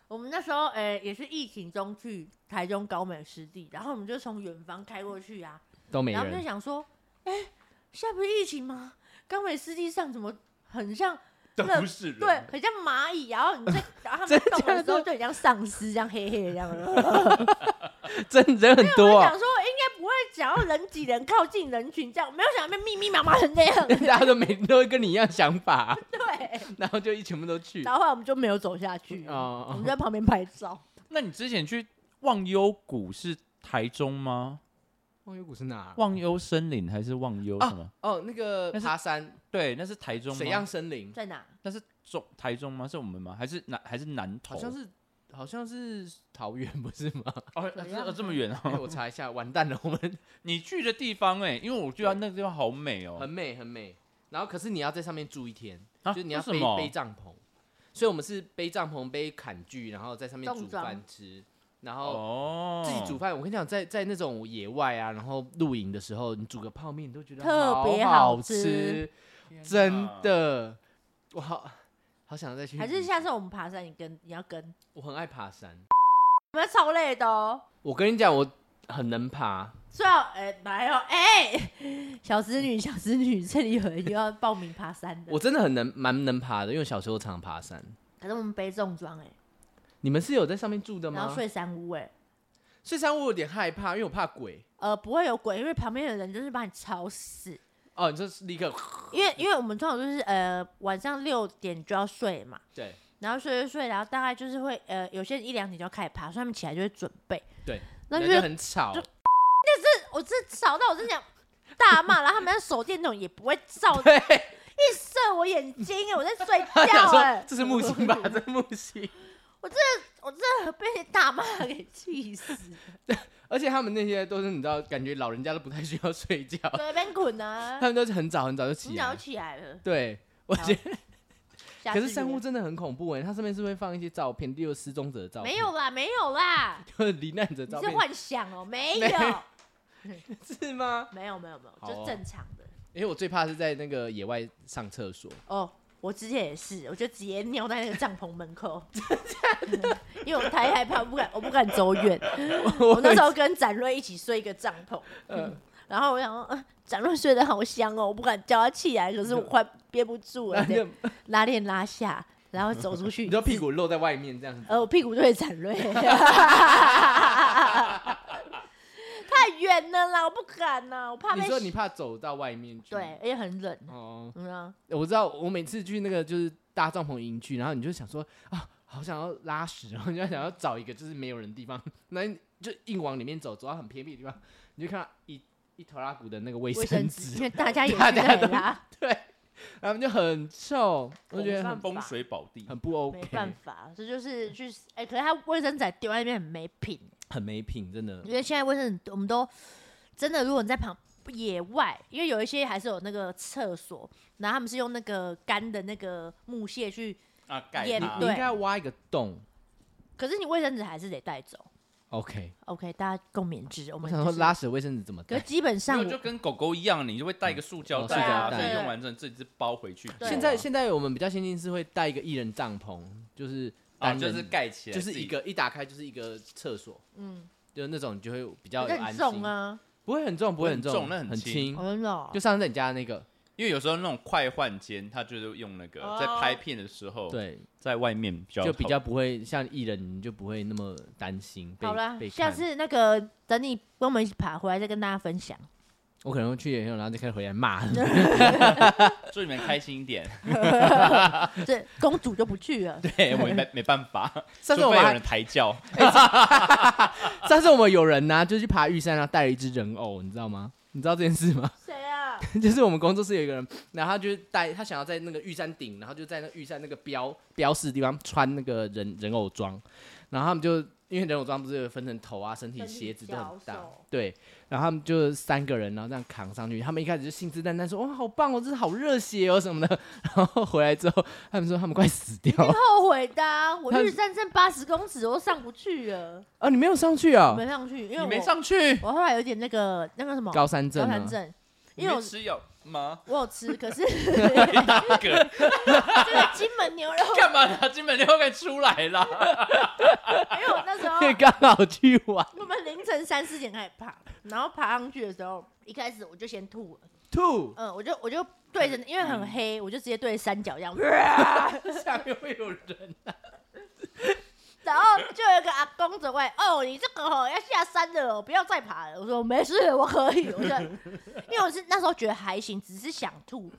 Speaker 1: 我们那时候呃也是疫情中去台中高美湿地，然后我们就从远方开过去啊，
Speaker 2: 都没
Speaker 1: 然后我们
Speaker 2: 人
Speaker 1: 就。想说，哎，现在不是疫情吗？高美湿地上怎么很像？那
Speaker 3: 是人
Speaker 1: 对，，很像蚂蚁，然后你在，然后他们
Speaker 2: 真
Speaker 1: 动的时
Speaker 2: 的假
Speaker 1: 候
Speaker 2: 的
Speaker 1: 就很像丧尸，这样黑黑的 这样。
Speaker 2: 真人很多
Speaker 1: 我
Speaker 2: 啊
Speaker 1: 想，说，应该不会想要人挤人、靠近人群这样，没有想到被密密麻麻成这 样。
Speaker 2: 大家都每都会跟你一样想法 啊、
Speaker 1: 对，
Speaker 2: 然后就一全部都去
Speaker 1: 然。后后来我们就没有走下去，我
Speaker 2: 哦
Speaker 1: 们，在旁边拍照。
Speaker 3: 那你之前去忘忧谷是台中吗？
Speaker 2: 忘忧谷是哪？
Speaker 3: 忘忧森林还是忘忧
Speaker 2: 啊
Speaker 3: 什么？
Speaker 2: 哦，那个
Speaker 3: 那是
Speaker 2: 爬山
Speaker 3: 对，那是台中
Speaker 2: 水漾
Speaker 3: 吗？
Speaker 2: 森林，
Speaker 1: 在哪？
Speaker 3: 那是中台中吗？是我们吗？还是南还是南投？
Speaker 2: 好像是好像是桃园不是 吗？
Speaker 3: 哦，
Speaker 1: 水
Speaker 3: 这
Speaker 1: 漾
Speaker 3: 这么远啊！
Speaker 2: 哎我查一下，完蛋了，我们
Speaker 3: 你去的地方哎，因为我觉得那个地方好美哦
Speaker 2: 很。美很美。然后可是你要在上面住一天，
Speaker 3: 啊
Speaker 2: 就是你要
Speaker 3: 为什
Speaker 2: 背
Speaker 3: 么
Speaker 2: 背帐篷，所以我们是背帐篷、背砍锯，然后在上面
Speaker 1: 重
Speaker 2: 煮
Speaker 1: 装
Speaker 2: 饭吃，然后
Speaker 3: 哦，
Speaker 2: 自己煮饭，我跟你讲，在在那种野外啊，然后露营的时候，你煮个泡面，你都觉得
Speaker 1: 特别
Speaker 2: 好
Speaker 1: 好吃
Speaker 3: 天哪
Speaker 2: 真的，我好好想再去。
Speaker 1: 还是下次我们爬山，你跟你要跟？
Speaker 2: 我很爱爬山，
Speaker 1: 我们超累的哦。
Speaker 2: 我跟你讲，我很能爬，
Speaker 1: 最好哎，来哦，哎，小子女，小子女，这里有人又要报名爬山的
Speaker 2: 我。真的很能蛮能爬的，因为小时候常爬山。
Speaker 1: 可是我们背重装哎，
Speaker 2: 你们是有在上面住的
Speaker 1: 然后
Speaker 2: 吗？
Speaker 1: 睡山屋哎，
Speaker 2: 睡山我有点害怕，因为我怕鬼。
Speaker 1: 呃，不会有鬼，因为旁边的人就是把你吵死。
Speaker 2: 哦，你就是立刻
Speaker 1: 因为因为我们通常就是呃晚上六点就要睡嘛，
Speaker 2: 对
Speaker 1: 然后睡睡睡，然后大概就是会呃有些人一两点就要开始爬，所以他们起来就会准备。
Speaker 2: 对，
Speaker 1: 那就
Speaker 2: 就是很吵
Speaker 1: 就，我这吵到我真想大骂，然后他们的手电筒也不会照，
Speaker 2: 对，
Speaker 1: 一射我眼睛，欸我在睡
Speaker 2: 他想
Speaker 1: 觉哎、
Speaker 2: 说这是木星吧，这是木星，
Speaker 1: 我真的被你大骂给气死，
Speaker 2: 而且他们那些都是你知道，感觉老人家都不太需要睡觉，
Speaker 1: 在那边滚啊
Speaker 2: 他，们都是很早很早就起
Speaker 1: 你早
Speaker 2: 来
Speaker 1: 就，起来了。
Speaker 2: 对。我觉得，
Speaker 1: 下
Speaker 2: 可是
Speaker 1: 次
Speaker 2: 山
Speaker 1: 约
Speaker 2: 屋真的很恐怖哎，它上面是会放一些照片，例如失踪者的照片，
Speaker 1: 没有，啦，没有啦，
Speaker 2: 就是罹难者的
Speaker 1: 你
Speaker 2: 照
Speaker 1: 是
Speaker 2: 片，
Speaker 1: 幻想 哦，没
Speaker 2: 没
Speaker 1: 有，
Speaker 2: 是吗？
Speaker 1: 没有，没有，没有，
Speaker 2: 好哦
Speaker 1: 就正常的。
Speaker 2: 因哎为我最怕是在那个野外上厕所，
Speaker 1: 哦，我之前也是，我就直接尿在那个帐篷门 口， 因为我太害怕，我不敢，我不敢走 远。我那时候跟展瑞一起睡一个帐篷，
Speaker 2: 嗯，
Speaker 1: 然后我想说，呃、展瑞睡得好香哦，我不敢叫他起来，可是我快憋不住了
Speaker 2: 然，后就
Speaker 1: 拉链拉下，然后走出去，
Speaker 2: 你知道屁，股露在外面这样子，
Speaker 1: 呃，我屁股对展 瑞，太远了啦，我不敢呐、我怕
Speaker 2: 你
Speaker 1: 被
Speaker 2: 说你怕走到外面去，
Speaker 1: 对，，而且很冷，
Speaker 2: 哦，
Speaker 1: 嗯啊，
Speaker 2: 我知道，我每次去那个就是搭帐篷营区，然后你就想说啊，好想要拉屎，然后你就想要找一个就是没有人的地方，那你就硬往里面走，走到很偏僻的地方，你就看到一一头拉骨的那个卫
Speaker 1: 卫生纸，因
Speaker 2: 纸，
Speaker 1: 为大家也去
Speaker 2: 大家
Speaker 1: 那
Speaker 2: 都
Speaker 1: 里啦。
Speaker 2: 他们就很臭，我觉得
Speaker 1: 风
Speaker 2: 很
Speaker 1: 扇
Speaker 3: 风水宝地，
Speaker 2: 很不
Speaker 1: 没办
Speaker 2: OK，
Speaker 1: 法，这就是去哎、可是他卫生纸丢在那边很没品，
Speaker 2: 很没品，真的
Speaker 1: 因为现在卫生纸我们都真的，如果你在旁野外，因为有一些还是有那个厕所，然后他们是用那个干的那个木屑去，
Speaker 3: 啊，盖
Speaker 1: 也
Speaker 3: 它
Speaker 2: 你应
Speaker 1: 对
Speaker 2: 该要挖一个洞
Speaker 1: 可是你卫生纸还是得带走。
Speaker 2: ，OK。
Speaker 1: OK，大家共勉之。我
Speaker 2: 我
Speaker 1: 们、就
Speaker 2: 想
Speaker 1: 是、
Speaker 2: 说拉屎的卫生纸怎么
Speaker 1: 可
Speaker 2: 带
Speaker 1: 是？基本上
Speaker 3: 没
Speaker 1: 我
Speaker 3: 有就跟狗狗一样，你就会带一个塑胶
Speaker 2: 哦
Speaker 3: 袋啊，
Speaker 1: 塑胶
Speaker 3: 所
Speaker 1: 袋
Speaker 3: 以用完之后你自己包回去。哦
Speaker 1: 对
Speaker 2: 现在现在我们比较先进是会带一个一人帐篷，就是
Speaker 3: 啊，
Speaker 2: 单
Speaker 3: 就
Speaker 2: 人
Speaker 3: 是盖起来，
Speaker 2: 就是一
Speaker 3: 自己
Speaker 2: 个一打开就是一个厕所，
Speaker 1: 嗯，
Speaker 2: 就那种你就会比较
Speaker 1: 可
Speaker 2: 有
Speaker 1: 是
Speaker 2: 安
Speaker 1: 很
Speaker 2: 心。
Speaker 1: 重啊，
Speaker 2: 不会很重，不会
Speaker 3: 很
Speaker 2: 重，
Speaker 3: 重那
Speaker 2: 很
Speaker 3: 很
Speaker 2: 轻
Speaker 1: 我。真的哦
Speaker 2: 就上次在你家的那个，
Speaker 3: 因为有时候那种快换间，他就是用那个、
Speaker 1: 哦
Speaker 3: 在拍片的时候，
Speaker 2: 对，
Speaker 3: 在外面哦比较
Speaker 2: 就比较不会像艺人，你就不会那么担心被。
Speaker 1: 好啦
Speaker 2: 被，
Speaker 1: 下
Speaker 2: 看
Speaker 1: 次那个等你跟我们一起爬回来再跟大家分享。
Speaker 2: 我可能会去演然后就开始回来骂。
Speaker 3: 痛祝你们开心一点。
Speaker 1: 这公主就不去了，
Speaker 3: 对我 没没办法，
Speaker 2: 上
Speaker 3: 除
Speaker 2: 次我
Speaker 3: 非
Speaker 2: 们
Speaker 3: 有
Speaker 2: 还
Speaker 3: 人抬轿，
Speaker 2: 上次我们有人呢、就去爬玉山，然后带了一只人偶，你知道吗？你知道这件事吗？
Speaker 1: 谁啊？
Speaker 2: 就是我们工作室有一个人，然后他就带他想要在那个玉山顶，然后就在那玉山那个标标示的地方穿那个人人偶装，然后他们就因为人偶装不是分成头啊、身体、
Speaker 1: 身体
Speaker 2: 鞋子都很
Speaker 1: 脚
Speaker 2: 大
Speaker 1: 手，
Speaker 2: 对，然后他们就三个人，然后这样扛上去。他们一开始就信誓旦旦说：“哇，好棒哦，这是好热血哦什么的。” 然后回来之后，他们说他们快死掉了。
Speaker 1: 后悔的啊、我
Speaker 2: 他
Speaker 1: 日站剩八十公尺，我都上不去了，
Speaker 2: 啊，你没有上去
Speaker 1: 我
Speaker 2: 啊、
Speaker 1: 没上去，因为
Speaker 3: 你
Speaker 1: 我
Speaker 3: 没上去，
Speaker 1: 我后来有点那个那个什么
Speaker 2: 高山
Speaker 1: 高
Speaker 2: 症
Speaker 1: 山
Speaker 2: 啊，
Speaker 1: 症，因
Speaker 3: 你
Speaker 1: 为
Speaker 3: 没
Speaker 1: 我
Speaker 3: 吃药吗？
Speaker 1: 我有吃， 可是这
Speaker 3: 那个
Speaker 1: 个金门牛肉，
Speaker 3: 干嘛拿金本料给出来啦？
Speaker 1: 因为我那时候
Speaker 2: 因为刚好去玩
Speaker 1: 我们凌晨三四点开始爬，然后爬上去的时候， 一开始我就先吐了，
Speaker 2: 吐，
Speaker 1: 嗯，我就我就对着，因为很黑，我就直接对着山脚这 样，
Speaker 2: 下面会有人。
Speaker 1: 然后就有一个阿公走过来，哦，你这个哦要下山了哦，不要再爬了。我说没事，我可以。我说，因为我是那时候觉得还行，只是想吐。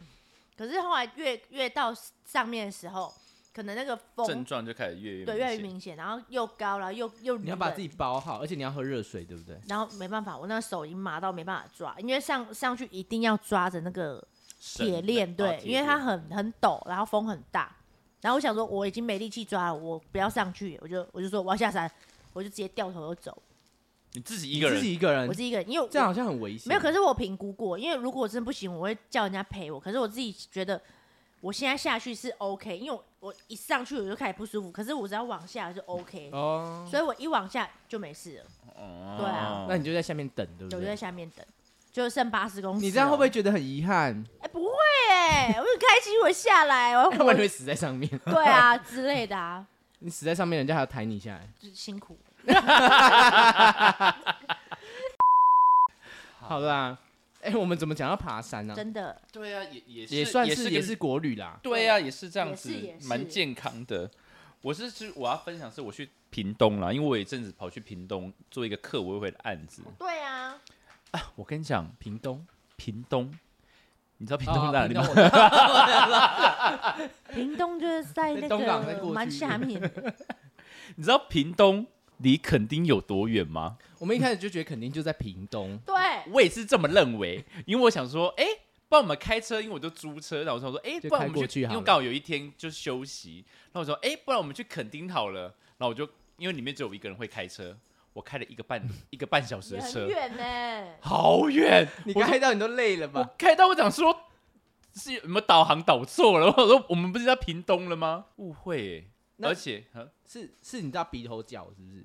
Speaker 1: 可是后来越越到上面的时候，可能那个
Speaker 3: 症
Speaker 1: 风
Speaker 3: 状就开始越
Speaker 1: 对越来越明显，然后又高，然后又又
Speaker 2: 你要把
Speaker 1: 冷
Speaker 2: 自己包好，而且你要喝热水，对不对？
Speaker 1: 然后没办法，我那个手已经麻到没办法抓，因为上上去一定要抓着那个
Speaker 3: 显
Speaker 1: 铁链，对，因为它很很陡，然后风很大，然后我想说我已经没力气抓了，我不要上去，我就我就说我要下山，我就直接掉头就走，
Speaker 3: 你自己一个人
Speaker 2: 自己一个人
Speaker 1: 我，自己一个人，因为我
Speaker 2: 嗯这样好像很危险。
Speaker 1: 没有，可是我评估过，因为如果我真的不行，我会叫人家陪我，可是我自己觉得我现在下去是 OK，因为我我一上去我就开始不舒服，可是我只要往下就 OK，、
Speaker 2: 哦，
Speaker 1: 所以我一往下就没事了，
Speaker 3: 哦
Speaker 1: 对啊
Speaker 2: 那你就在下啊面等，对
Speaker 1: 我
Speaker 2: 不
Speaker 1: 就在
Speaker 2: 对？
Speaker 1: 下面等。就剩八十公尺，
Speaker 2: 你这样会不会觉得很遗 憾？
Speaker 1: 哎、不会哎、我很开心，我下来， 我
Speaker 2: 要不然你
Speaker 1: 我
Speaker 2: 会死在上面。
Speaker 1: 对啊之类的啊，
Speaker 2: 你死在上面，人家还要抬你下来。
Speaker 1: 就是辛苦。
Speaker 2: 好啦，哎、我们怎么讲到爬山呢、
Speaker 1: 真的，
Speaker 3: 对啊，也也是
Speaker 2: 也算
Speaker 3: 也
Speaker 2: 是
Speaker 3: 个
Speaker 2: 也是国旅啦。
Speaker 3: 对呀、哦也是这样
Speaker 1: 也
Speaker 3: 子
Speaker 1: 是也，是
Speaker 3: 蛮健康的。我是是我要分享是我去屏东啦，因为我有一阵子跑去屏东做一个客哦委会的案子。
Speaker 1: 对啊，
Speaker 3: 我跟你讲，
Speaker 2: 屏东
Speaker 3: 屏东你知啊道屏
Speaker 2: 哦
Speaker 3: 东在哪里吗？
Speaker 2: 屏东我知道
Speaker 1: 屏东就是在那
Speaker 2: 东港再过
Speaker 1: 个
Speaker 2: 去
Speaker 1: 蛮下面，
Speaker 3: 你知道屏东离垦丁有多远吗？
Speaker 2: 我们一开始就觉得肯定就在屏东，
Speaker 1: 对，
Speaker 3: 我也是这么认为，因为我想说，哎、帮我们开车，因为我都租车，然后我想说，哎、
Speaker 2: 就
Speaker 3: 不然我
Speaker 2: 开
Speaker 3: 们
Speaker 2: 过
Speaker 3: 去，
Speaker 2: 去
Speaker 3: 因
Speaker 2: 好
Speaker 3: 为
Speaker 2: 了
Speaker 3: 刚好有一天就休息，然后我说，哎、不然我们去垦丁好了，然后我就因为里面只有我一个人会开车，我开了一个半一个半小时
Speaker 1: 也
Speaker 3: 的
Speaker 1: 很
Speaker 3: 车，
Speaker 1: 远呢。
Speaker 3: 好远，
Speaker 2: 你
Speaker 3: 我
Speaker 2: 开到你都累了
Speaker 3: 我
Speaker 2: 吧？
Speaker 3: 开到我想说，是有没有导航导错了？ 我说我们不是在屏东了吗？误会耶、
Speaker 2: 那
Speaker 3: 而且呃
Speaker 2: 是是你到鼻头角是不是？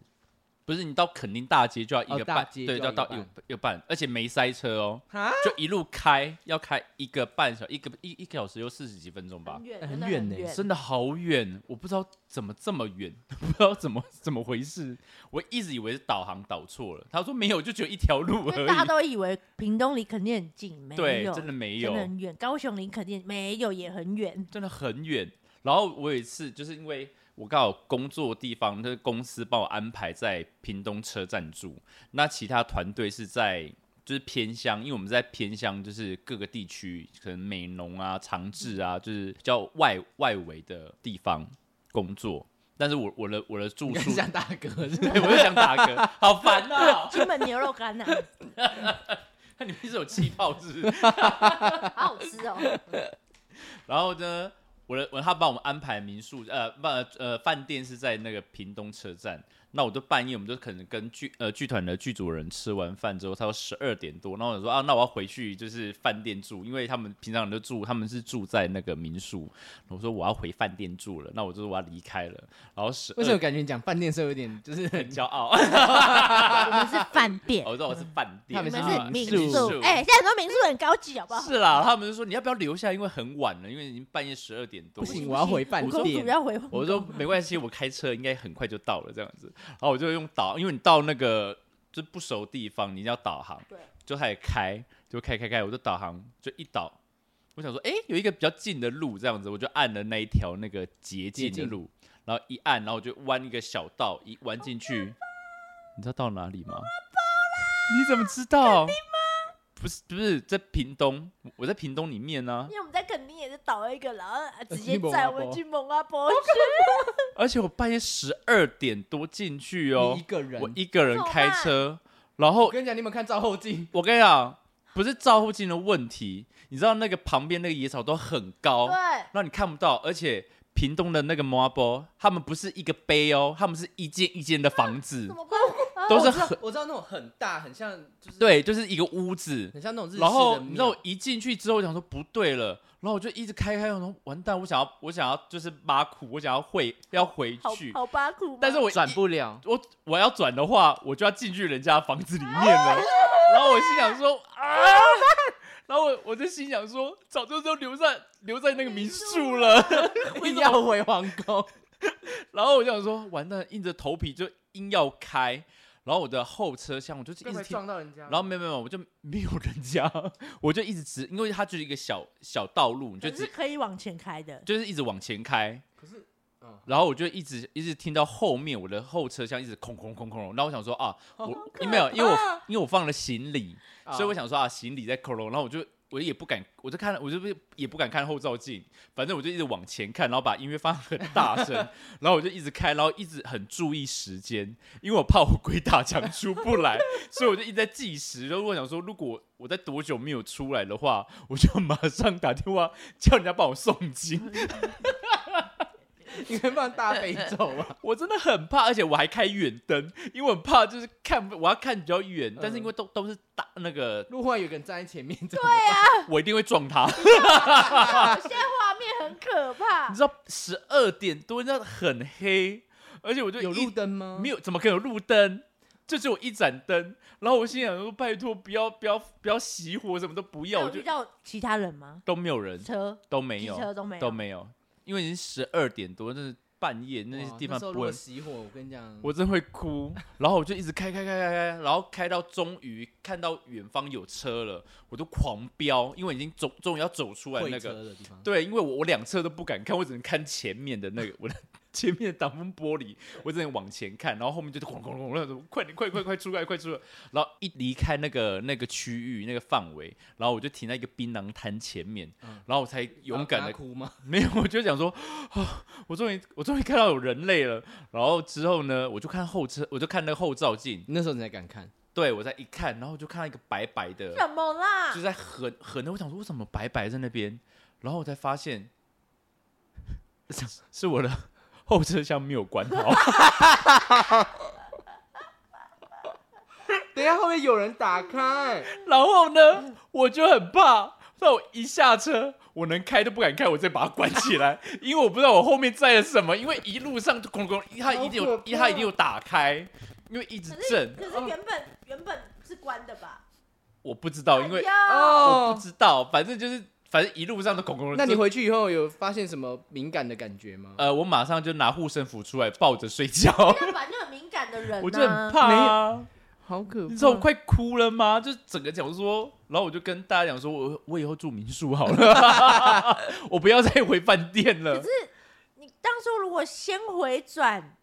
Speaker 3: 不是你到垦丁大街就要一个
Speaker 2: 哦大
Speaker 3: 半，
Speaker 2: 街
Speaker 3: 对，
Speaker 2: 就
Speaker 3: 要
Speaker 2: 要
Speaker 3: 到
Speaker 2: 一个
Speaker 3: 一个一个半，而且没塞车哦，
Speaker 2: 啊，
Speaker 3: 就一路开，要开一个半小一个一一个小时又四十几分钟吧
Speaker 1: 很，远，
Speaker 2: 很
Speaker 1: 真的
Speaker 2: 远呢
Speaker 3: 真的好远，我不知道怎么这么远， 不知道怎么怎么回事，我一直以为是导航导错了，他说没有，就只有一条路
Speaker 1: 因
Speaker 3: 而
Speaker 1: 为大家
Speaker 3: 已，
Speaker 1: 都以为屏东离垦丁很近，没
Speaker 3: 对，
Speaker 1: 有，
Speaker 3: 真的没
Speaker 1: 真
Speaker 3: 有
Speaker 1: 的，很远。高雄离垦丁没有也很远，
Speaker 3: 真的很远。然后我有一次就是因为我刚好工作地方，那、个公司帮我安排在屏东车站住，那其他团队是在就是偏乡，因为我们在偏乡就是各个地区，可能美浓啊、长治啊，就是比较外外围的地方工作。但是我我的我的住
Speaker 2: 你看
Speaker 3: 宿，
Speaker 2: 像大哥是不是
Speaker 3: 对，我就想打嗝， 好烦哦、
Speaker 1: 金门牛肉干呐、啊
Speaker 3: 那你们是有气泡是不 是？
Speaker 1: 好好吃哦。
Speaker 3: 然后呢，我的我他把我们安排民宿，呃，不呃饭店是在那个屏东车站。那我就半夜，我们就可能跟剧呃剧团的剧组人吃完饭之后，差不多十二点多，然后我说啊，那我要回去就是饭店住，因为他们平常人都住，他们是住在那个民宿。我说我要回饭店住了，那我就说我要离开了。然后十
Speaker 2: 为什么
Speaker 3: 二
Speaker 2: 感觉你讲饭店是有点就是
Speaker 3: 很
Speaker 2: 很
Speaker 3: 骄傲，
Speaker 1: 我们是饭店，
Speaker 3: 我说我是饭店，
Speaker 2: 他
Speaker 1: 你
Speaker 2: 们
Speaker 1: 们
Speaker 2: 是
Speaker 1: 是
Speaker 2: 民
Speaker 1: 民
Speaker 2: 宿
Speaker 1: 宿。哎、现在很多民宿很高级，好不好？
Speaker 3: 是啦，他们就说你要不要留下，因为很晚了，因为已经半夜十二点多
Speaker 2: 不
Speaker 3: 了。
Speaker 2: 行，我要回饭
Speaker 1: 我公主
Speaker 2: 店。
Speaker 1: 要回，
Speaker 3: 我说没关系，我开车应该很快就到了这样子。然后我就用导，因为你到那个就不熟地方，你一定要导航，
Speaker 1: 对，
Speaker 3: 就开始开，就开开开，我就导航就一导，我想说，诶，有一个比较近的路这样子，我就按了那一条那个捷径的路，然后一按，然后我就弯一个小道，一弯进去，你知道到哪里吗？你怎么知道？不是不是，在屏东，我在屏东里面啊呢、
Speaker 1: 因为我们在垦丁也是倒了一个，然后啊直接
Speaker 2: 去蒙阿
Speaker 1: 载
Speaker 2: 波
Speaker 1: 我们去蒙阿波去，
Speaker 3: 而且我半夜十二点多进去哦，
Speaker 2: 你一个人，
Speaker 3: 我一个人开车，然
Speaker 2: 我
Speaker 3: 后
Speaker 2: 跟你讲，你有没有看照后镜？
Speaker 3: 我跟你讲，不是照后镜的问题，你知道那个旁边那个野草都很
Speaker 2: 哦
Speaker 3: 高，
Speaker 1: 对，
Speaker 3: 让你看不到，而且屏东的那个摩阿波，他们不是一个碑哦，他们是一间一间的房子
Speaker 1: 怎，么办？
Speaker 3: 都是
Speaker 2: 哦我知道
Speaker 3: 很
Speaker 2: 我知道那种很大，很像就是，
Speaker 3: 对，就是一个屋子。
Speaker 2: 很像那种日式的
Speaker 3: 然后
Speaker 2: 庙
Speaker 3: 你知道我一进去之后，我想说不对了，然后我就一直开开，然后完蛋，我想要我想要就是挖苦，我想要回要回
Speaker 1: 好
Speaker 3: 去，
Speaker 1: 好八苦吗，
Speaker 3: 但是我一
Speaker 2: 转不了。
Speaker 3: 我我要转的话，我就要进去人家房子里面
Speaker 2: 啊
Speaker 3: 了。然后我心想说啊，然后我我就心想说，早就都留在留在那个民宿 了。
Speaker 2: 硬要回皇宫，
Speaker 3: 然后我就想说，完蛋，硬着头皮就硬要开。然后我的后车厢我就是一直听，
Speaker 2: 到人家
Speaker 3: 然后没有没有，我就没有人家， 我就一直直，因为它就是一个小小道路，你就
Speaker 1: 可是
Speaker 2: 哎
Speaker 3: 直
Speaker 1: 可以往前开的，
Speaker 3: 就是一直往前开，
Speaker 2: 可是，嗯
Speaker 3: 然后我就一直一直听到后面我的后车厢一直空空空空，然后我想说啊，我没有，因为我因为我放了行李，所以我
Speaker 2: 想
Speaker 3: 想说啊，行李在扣笼，然后我就我也不敢，我就看，我就不也不敢看后照镜，反正我就一直往前看，然后把音乐放很大声，然后我就一直开，然后一直很注意时间，因为我怕我鬼打墙出不来，所以我就一直在计时。然后我想说，如果我在多久没有出来的话，我就马上打电话叫人家帮我诵经。
Speaker 2: 你可以放大悲咒 啊，
Speaker 3: 我真的很怕，而且我还开远灯，因为我很怕就是看不我要看比较远，但是因为都都是大那个，
Speaker 2: 如果有个人站在前面，对
Speaker 3: 我一定会撞他。
Speaker 1: 啊 现在画面很可怕
Speaker 3: 你，知道十二点多，你知道很黑，而且我就
Speaker 1: 啊
Speaker 2: 有
Speaker 3: 一
Speaker 2: 路灯吗？
Speaker 3: 没
Speaker 2: 有，
Speaker 3: 有，怎么可能有路灯？就只有一盏灯。然后我心想说，拜托不要不要不要熄火，什么都不要，
Speaker 1: 那
Speaker 3: 我
Speaker 1: 有
Speaker 3: 就
Speaker 1: 遇到其他人吗？
Speaker 3: 都没有人，
Speaker 1: 车、
Speaker 3: 都没
Speaker 1: 机
Speaker 3: 有，
Speaker 1: 车都没有，
Speaker 3: 都没有，因为已经十二点多，真是半夜那些地方
Speaker 2: 时候
Speaker 3: 不
Speaker 2: 如果
Speaker 3: 会。
Speaker 2: 熄火，我跟你讲，
Speaker 3: 我真会哭，然后我就一直开开开开开，然后开到终于看到远方有车了，我都狂飙，因为已经终终于要走出来
Speaker 2: 会
Speaker 3: 那
Speaker 2: 车
Speaker 3: 个，
Speaker 2: 的地方，
Speaker 3: 对，因为我我两侧都不敢看，我只能看前面的那个我的 前面的挡风玻璃，我只能往前看，然后后面就是哐哐哐，那种快点快快快出来快出来，然后一离开那个那个区域那个范围，然后我就停在一个槟榔摊前面，
Speaker 2: 嗯
Speaker 3: 然后我才勇敢的
Speaker 2: 然后他哭吗？
Speaker 3: 没有，我就想说，啊，我终于我终于看到有人类了。然后之后呢，我就看后车，我就看那个后照镜，
Speaker 2: 那时候你才敢看，
Speaker 3: 对我再一看，然后我就看到一个白白的，
Speaker 1: 怎么啦
Speaker 3: 就？在横横的，我想说为什么白白在那边，然后我才发现， 是是我的后车厢没有关好，
Speaker 2: 等一下后面有人打开，
Speaker 3: 然后呢，我就很怕，那我一下车。我能开都不敢开，我再把它关起 来，因为我不知道我后面载了什么。因为一路上就哐哐，它一定
Speaker 2: 好可
Speaker 3: 有，
Speaker 2: 怕
Speaker 3: 它一定有打开，因为一直
Speaker 1: 可是
Speaker 3: 震。哦
Speaker 1: 可是原本原本是关的吧？
Speaker 3: 我不知哦道，因为
Speaker 1: 哎呦
Speaker 3: 我不知道，反正就是反正一路上都恐恐。
Speaker 2: 哦那你
Speaker 3: 就
Speaker 2: 回去以后有发现什么敏感的感觉吗？
Speaker 3: 呃，我马上就拿护身符出来抱着睡觉，
Speaker 1: 他本来就很敏感的人、啊，
Speaker 3: 我就很怕、啊。
Speaker 2: 好可怕！
Speaker 3: 你知道我快哭了吗？就整个讲说，然后我就跟大家讲说，我我以后住民宿好 了，我不要再回饭店了
Speaker 1: 可是。你当初如果先回转，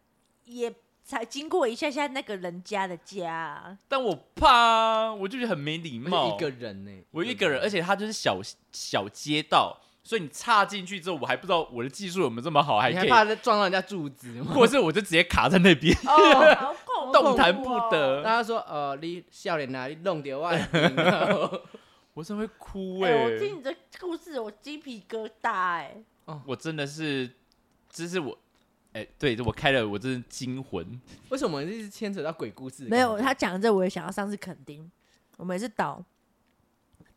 Speaker 1: 也才经过一下下那个人家的家啊，
Speaker 3: 但我怕、啊，我就觉得很没礼
Speaker 2: 而且
Speaker 3: 貌。
Speaker 2: 一个人欸呢、
Speaker 3: 我一个人，而且它就是小小街道，所以你插进去之后，我还不知道我的技术有没有这么好，还
Speaker 2: 你
Speaker 3: 可
Speaker 2: 还
Speaker 3: 以，
Speaker 2: 怕撞到人家柱子吗？
Speaker 3: 或是我就直接卡在那边，
Speaker 2: 哎
Speaker 1: 哦，好恐怖、哦，哎
Speaker 3: 动弹不得。
Speaker 2: 大家说呃，你笑脸啊，你弄掉外面 啊
Speaker 3: 我真会哭哎、
Speaker 1: 哎、我听你的故事，我鸡皮疙瘩哎、
Speaker 3: 我真的是，这是我，哎、对我开了，我真是惊魂。
Speaker 2: 为什么一直牵扯到鬼故事？
Speaker 1: 没有，他讲这我也想要上次垦丁，我们也是导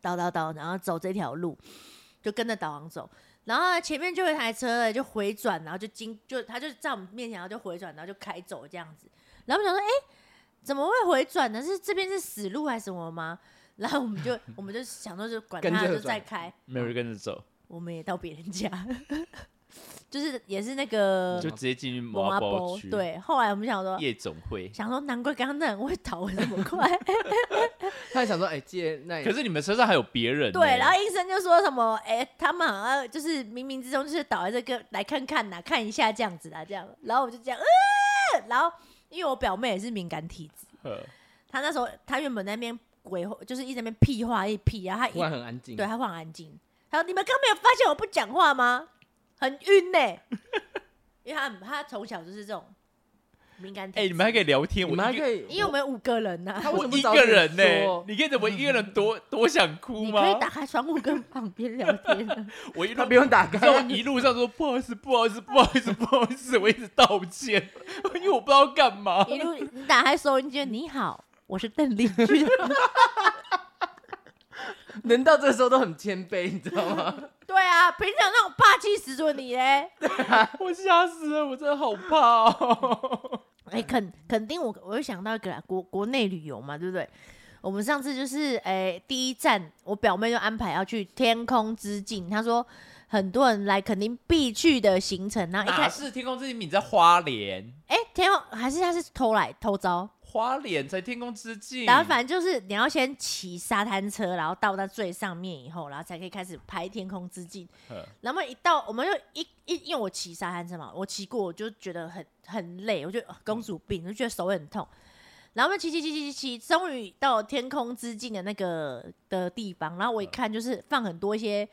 Speaker 1: 导导导，然后走这条路，就跟着导航走。然后前面就有一台车了，就回转，然后就经就他就在我们面前，然后就回转，然后就开走这样子。然后我们想说，哎、怎么会回转呢？是这边是死路还是什么吗？然后我们 就我们就想说，就管
Speaker 2: 跟
Speaker 1: 他
Speaker 2: 着
Speaker 1: 就
Speaker 2: 转
Speaker 1: 再开，
Speaker 3: 没有人跟着走，
Speaker 1: 我们也到别人家， 就是也是那
Speaker 2: 嗯
Speaker 1: 个
Speaker 3: 就直接进去
Speaker 1: 蒙
Speaker 3: 麻
Speaker 1: 阿
Speaker 3: 包
Speaker 1: 波
Speaker 3: 区，，
Speaker 1: 对。后来我们想说，
Speaker 3: 夜总会。
Speaker 1: 想说难怪刚刚那人会逃得那么快，
Speaker 2: 他还想说，哎、借那
Speaker 3: 可是你们车上还有别人、
Speaker 1: 对，然后医生就说什么，哎、他们好像就是冥冥之中就是倒在这个来看看呐、看一下这样子啦，这样，然后我就这样，呃，然后因为我表妹也是敏感体质，
Speaker 3: 后
Speaker 1: 她那时候她原本在那边鬼吼，就是一直在那边屁话一屁，啊然后她
Speaker 2: 突然
Speaker 1: 一
Speaker 2: 很安静，
Speaker 1: 对，她放安静，她说你们刚没有发现我不讲话吗？很晕呢、因为她很她从小就是这种敏感体质，
Speaker 3: 哎、你们还可以聊天，
Speaker 2: 你
Speaker 3: 我
Speaker 2: 们还
Speaker 3: 一个
Speaker 2: 可以，
Speaker 1: 因为我们有五个人呐、
Speaker 2: 他为什么
Speaker 3: 我一
Speaker 2: 早
Speaker 3: 个
Speaker 2: 点
Speaker 3: 人呢、
Speaker 2: 说
Speaker 3: 你可以怎么一个人 多多想哭
Speaker 1: 你
Speaker 3: 吗
Speaker 1: 可？以打开窗户跟旁边聊天啊。
Speaker 3: 我一
Speaker 2: 他
Speaker 3: 路
Speaker 2: 不。用打
Speaker 3: 你知道我
Speaker 2: 开，
Speaker 3: 一路上说不好意思，不好意思，不好意思， 不好意思，我一直道歉， 因为我不知道干嘛。
Speaker 1: 一路你打开收音机，你好，我是邓丽君。
Speaker 2: 人到这时候都很谦卑，你知道吗？
Speaker 1: 对啊，平常那种霸气十足的你嘞，
Speaker 3: 我吓死了，我真的好怕 哦。
Speaker 1: 哎、肯肯定我我又想到一个啦，国国内旅游嘛，对不对？我们上次就是哎、第一站我表妹就安排要去天空之境，她说很多人来肯定必去的行程，然后一
Speaker 3: 哪
Speaker 1: 开始
Speaker 3: 是天空之镜？你在花莲，
Speaker 1: 哎、天空还是她是偷来偷招，
Speaker 3: 花莲才天空之镜。
Speaker 1: 然后反正就是你要先骑沙滩车，然后到到最上面以后，然后才可以开始拍天空之镜。
Speaker 3: 呃
Speaker 1: 然后一到，我们就一一，因为我骑沙滩车嘛，我骑过我就觉得很很累，我就呃公主病，就觉得手很痛。然后我们骑骑骑骑骑骑，终于到天空之境的那个的地方。然后我
Speaker 3: 嗯
Speaker 1: 一看，就是放很多一些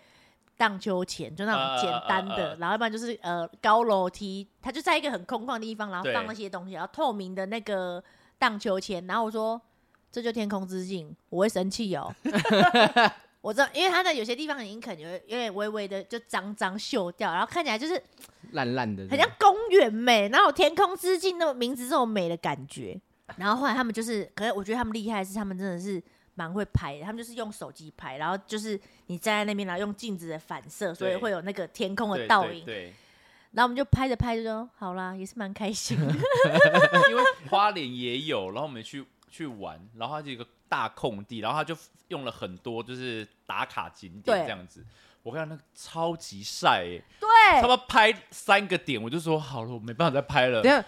Speaker 1: 荡秋千，就那种简单的，
Speaker 3: 啊啊啊啊
Speaker 1: 然后要不然就是呃高楼梯，它就在一个很空旷的地方，然后
Speaker 3: 对
Speaker 1: 放那些东西，然后透明的那个荡秋千。然后我说这就天空之境，我会生气哦。我知道，因为它在有些地方已经可能有有点微微的就脏脏锈掉，然后看起来就是
Speaker 2: 烂烂的，
Speaker 1: 很像公园美，哪有天空之境那么名字这种美的感觉？然后后来他们就是，可是我觉得他们厉害的是，他们真的是蛮会拍的，他们就是用手机拍，然后就是你站在那边，然后用镜子的反射，所以
Speaker 3: 对
Speaker 1: 会有那个天空的
Speaker 3: 对
Speaker 1: 倒
Speaker 3: 对
Speaker 1: 影。
Speaker 3: 对，
Speaker 1: 然后我们就拍着拍着就，好啦，也是蛮开 心的。
Speaker 3: 因为花莲也有，然后我们去去玩，然后它就有一个大空地，然后它就用了很多就是打卡景
Speaker 1: 对
Speaker 3: 点这样子。我看那个超级晒、欸，差不
Speaker 1: 对，
Speaker 3: 多拍三个点，我就说好了，我没办法再拍了。
Speaker 1: 啊
Speaker 2: 等一下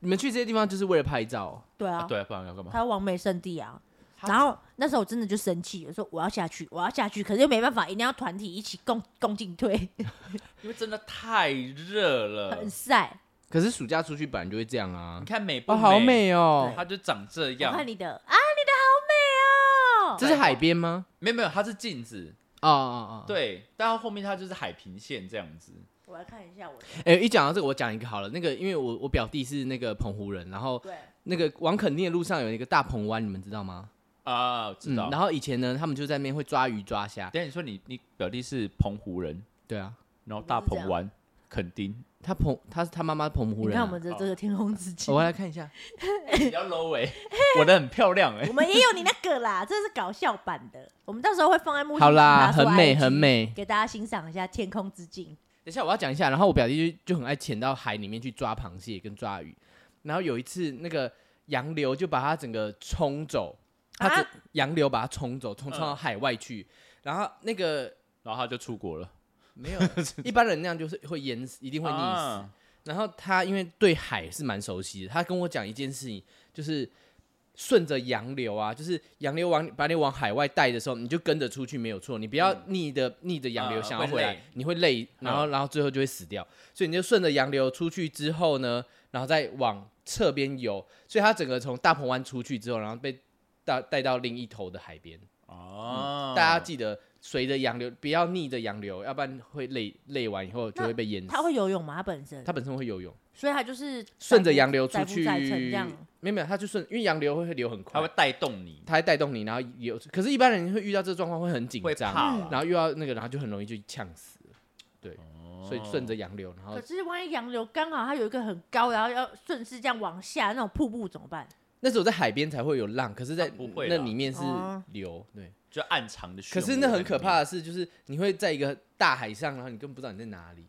Speaker 2: 你们去这些地方就是为了拍照哦、
Speaker 1: 对
Speaker 3: 啊
Speaker 1: 啊，
Speaker 3: 对，不然要干嘛？
Speaker 1: 他完美圣地啊。
Speaker 3: 他
Speaker 1: 然后那时候我真的就生气，我说我要下去，我要下去，可是又没办法，一定要团体一起共共进退，
Speaker 3: 因为真的太热了
Speaker 2: 呃
Speaker 1: 很，晒。
Speaker 2: 可是暑假出去本来就会这样啊
Speaker 3: 你。看美不
Speaker 2: 哦，
Speaker 3: 美？
Speaker 2: 好，美哦！
Speaker 3: 它就长这
Speaker 1: 我
Speaker 3: 样。
Speaker 1: 看你的啊，你的好美哦。
Speaker 2: 这是海边吗？
Speaker 3: 没有没有，它是镜子。
Speaker 2: 哦哦哦，。
Speaker 3: 对，但它后面它就是海平线这样子。
Speaker 1: 我来看一下我的，
Speaker 2: 哎、一讲到这个，我讲一个好了。那个，因为我我表弟是那个澎湖人，然后
Speaker 1: 对，
Speaker 2: 那个往垦丁的路上有一个大鹏湾，你们知道吗？
Speaker 3: 啊，知道。
Speaker 2: 嗯。然后以前呢，他们就在那边会抓鱼抓虾。
Speaker 3: 等一下你说你你表弟是澎湖人，
Speaker 2: 对啊，
Speaker 3: 然后大鹏湾、垦 丁，
Speaker 2: 他澎他他妈妈澎湖
Speaker 1: 你
Speaker 2: 人、
Speaker 1: 看
Speaker 2: 啊。
Speaker 1: 我们的这个天空之
Speaker 2: 哦
Speaker 1: 镜
Speaker 2: 我，来看一下。
Speaker 3: 比较 low 哎、我的很漂亮 哎、
Speaker 1: 我们也有你那个啦，这是搞笑版的。我们到时候会放在幕
Speaker 2: 好啦，
Speaker 1: 后
Speaker 2: 很美很，美。
Speaker 1: 给大家欣赏一下天空之镜。
Speaker 2: 等一下我要讲一下，然后我表弟就就很爱潜到海里面去抓螃蟹跟抓鱼，然后有一次那个洋流就把他整个冲走，
Speaker 1: 啊
Speaker 2: 他整、洋流把他冲走，冲冲到海外去，然后那个
Speaker 3: 然后他就出国了，
Speaker 2: 没有一般人那样就是会淹死，一定会溺死。
Speaker 3: 啊
Speaker 2: 然后他因为对海是蛮熟悉的，他跟我讲一件事情，就是顺着洋流啊，就是洋流往把你往海外带的时候，你就跟着出去没有错，你不要逆着、逆着洋流
Speaker 3: 啊
Speaker 2: 想要
Speaker 3: 会
Speaker 2: 回来，
Speaker 3: 累
Speaker 2: 你嗯会累，然后然后最后就会死掉。所以你就顺着洋流出去之后呢，然后再往侧边游，所以他整个从大鹏湾出去之后，然后被带带到另一头的海边。
Speaker 3: 哦、
Speaker 2: 嗯大家记得。随着洋流，不要逆着洋流，要不然会累累完以后就会被淹死。
Speaker 1: 他会游泳吗？他本身，
Speaker 2: 他本身会游泳，
Speaker 1: 所以他就是
Speaker 2: 顺着洋流
Speaker 1: 载
Speaker 2: 出
Speaker 1: 浮
Speaker 2: 去，
Speaker 1: 载沉这样。
Speaker 2: 没有没有，它就顺，因为洋流会流很
Speaker 3: 他
Speaker 2: 快
Speaker 3: 会，带动你，
Speaker 2: 它会带动你，然后有，可是一般人会遇到这个状况会很紧
Speaker 3: 会
Speaker 2: 张，
Speaker 3: 怕
Speaker 1: 嗯
Speaker 3: 啦，
Speaker 2: 然后又要那个，然后就很容易就呛死了，
Speaker 3: 哦
Speaker 2: 所以顺着洋流，然后
Speaker 1: 可是万一洋流刚好它有一个很高，然后要顺势这样往下那种瀑布怎么办？
Speaker 2: 那时候在海边才会有浪，可是在
Speaker 3: 啊不会
Speaker 2: 那
Speaker 3: 啦
Speaker 2: 里面是
Speaker 1: 哦
Speaker 2: 流，对，
Speaker 3: 就暗藏的漩涡
Speaker 2: 可
Speaker 3: 在里面。
Speaker 2: 是那很可怕的是，就是你会在一个大海上，然后你根本不知道你在哪里，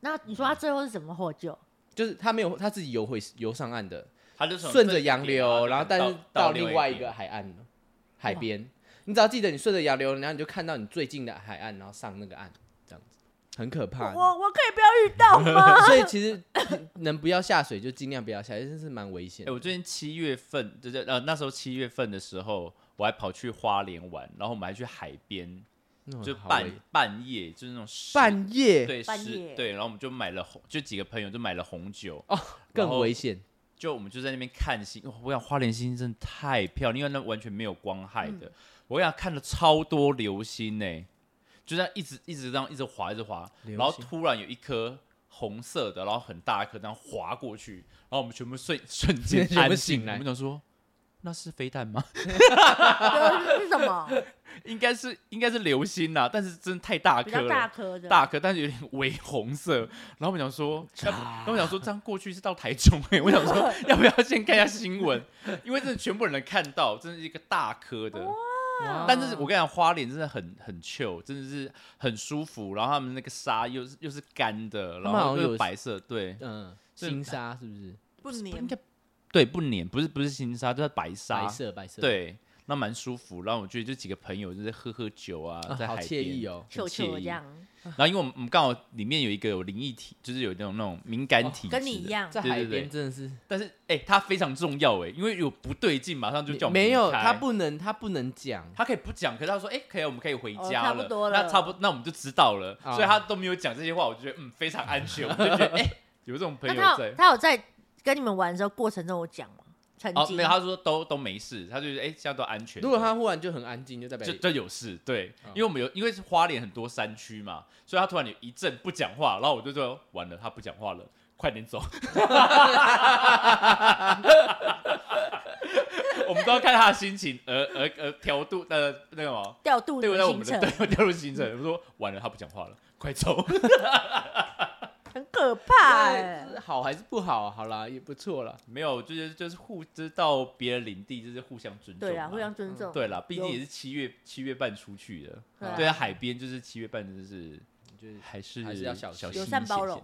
Speaker 1: 那你说他最后是怎么获救？
Speaker 2: 就是他没有他自己游回游上岸的，
Speaker 3: 他就从
Speaker 2: 顺
Speaker 3: 这
Speaker 2: 着
Speaker 3: 里
Speaker 2: 洋
Speaker 3: 点
Speaker 2: 流，然
Speaker 3: 然
Speaker 2: 后但是
Speaker 3: 到
Speaker 2: 到另外一
Speaker 3: 边
Speaker 2: 个海岸了，海边。你只要记得你顺着洋流，然后你就看到你最近的海岸，然后上那个岸，这样子很可
Speaker 1: 我
Speaker 2: 怕。
Speaker 1: 我我可以不要遇到吗？
Speaker 2: 所以其实能不要下水就尽量不要下水，真是蛮危险
Speaker 3: 哎、
Speaker 2: 的。
Speaker 3: 我最近七月份，就是呃那时候七月份的时候，我还跑去花莲玩，然后我们还去海边，
Speaker 2: 那种
Speaker 3: 就
Speaker 2: 哦好
Speaker 3: 半
Speaker 2: 危
Speaker 3: 半夜，就是那种十
Speaker 2: 半夜
Speaker 3: 对
Speaker 1: 半
Speaker 3: 十
Speaker 1: 夜
Speaker 3: 对，然后我们就买了红，就几个朋友就买了红酒，然
Speaker 2: 更
Speaker 3: 后
Speaker 2: 危险。
Speaker 3: 就我们就在那边看星。哇我想花莲星真的太漂亮，因为那完全没有光害的，
Speaker 2: 嗯
Speaker 3: 我想看了超多流星呢、就这样一直一直这样一直滑一直滑，
Speaker 2: 流
Speaker 3: 然后
Speaker 2: 星
Speaker 3: 突然有一颗。红色的，然后很大一颗，这样滑过去，然后我们全部 瞬瞬间
Speaker 2: 全部
Speaker 3: 安
Speaker 2: 醒
Speaker 3: 静。
Speaker 2: 来
Speaker 3: 我们想说，那是飞弹吗？
Speaker 1: 是什么？
Speaker 3: 应该是应该是流星啦，但是真的太大
Speaker 1: 比
Speaker 3: 颗
Speaker 1: 较大
Speaker 3: 了，
Speaker 1: 颗的，
Speaker 3: 大颗，但是有点微红 色。然后我想说，要然后我想说这样过去是到台中 哎、欸，我想说 要不要先看一下新闻，因为真的全部人能看到，真的是一个大颗的。
Speaker 2: 哇
Speaker 3: 但是我跟你讲，花莲真的很很 chill，真的是很舒服。然后他们那个沙又是又是干的，
Speaker 2: 他
Speaker 3: 然
Speaker 2: 们好
Speaker 3: 后
Speaker 2: 像
Speaker 3: 又
Speaker 2: 有
Speaker 3: 是白色，对
Speaker 2: 嗯，
Speaker 3: 是
Speaker 2: 星沙是不是？
Speaker 1: 不
Speaker 3: 不
Speaker 1: 粘
Speaker 3: 应该对不粘，不是不是新沙，就是白沙，
Speaker 2: 白色白色，
Speaker 3: 对，那蛮舒服。然后我觉得就几个朋友就是喝喝酒啊，
Speaker 2: 啊，
Speaker 3: 在
Speaker 2: 好
Speaker 3: 海
Speaker 2: 惬
Speaker 3: 边
Speaker 2: 意哦。
Speaker 1: 球球
Speaker 3: 很
Speaker 1: 这
Speaker 3: 惬意
Speaker 1: 样，
Speaker 3: 然后因为我们我们刚好里面有一个有灵异体，就是有那种那种敏感体、
Speaker 1: 跟你一，样。
Speaker 2: 在
Speaker 3: 对
Speaker 2: 海
Speaker 3: 对对
Speaker 2: 边真的是
Speaker 3: 但是哎、它非常重要哎，因为有不对劲，马上就叫我们
Speaker 2: 没有，
Speaker 3: 离开
Speaker 2: 他不能他不能讲，
Speaker 3: 他可以不讲，可是他说哎、可以，我们可以回
Speaker 1: 哦
Speaker 3: 家
Speaker 1: 差
Speaker 3: 了，
Speaker 1: 不多了
Speaker 3: 那差不那我们就知道了，
Speaker 2: 啊
Speaker 3: 所以他都没有讲这些话，我就觉得嗯非常安全，我就觉得哎、有这种朋
Speaker 1: 那
Speaker 3: 友
Speaker 1: 他
Speaker 3: 在
Speaker 1: 有。他有在跟你们玩的时候过程中有讲吗？曾
Speaker 3: 哦，
Speaker 1: 经
Speaker 3: 没有，他说都都没事，他就觉得哎、现在都安全。
Speaker 2: 如果他忽然就很安静，就代表
Speaker 3: 就就有事，对，
Speaker 2: 啊
Speaker 3: 因为我们有因为是花莲很多山区嘛，所以他突然有一阵不讲话，然后我就说完了，他不讲话了，快点走。 我们都要看他的心情，而而而调度呃那个什么，
Speaker 1: 调度你
Speaker 3: 对不
Speaker 1: 的
Speaker 3: 对？我
Speaker 1: 行
Speaker 3: 们的
Speaker 1: 程
Speaker 3: 对调度行程，我说完了，他不讲话了，快走。
Speaker 1: 很可怕
Speaker 2: 哎
Speaker 1: 哎。
Speaker 2: 好还是不好？好啦，也不错啦。
Speaker 3: 没有，就是就是互知道别人领地，就是互相尊重嘛。啊
Speaker 1: 对啊啦，互相尊重。
Speaker 3: 对啦，毕竟
Speaker 1: 有
Speaker 3: 也是七月七月半出去的，
Speaker 1: 对啊
Speaker 3: 对啊，海边就是七月半，真的是
Speaker 2: 就是
Speaker 3: 还是
Speaker 2: 还是要小心
Speaker 3: 心嗯
Speaker 1: 友善包
Speaker 3: 一些
Speaker 1: 容。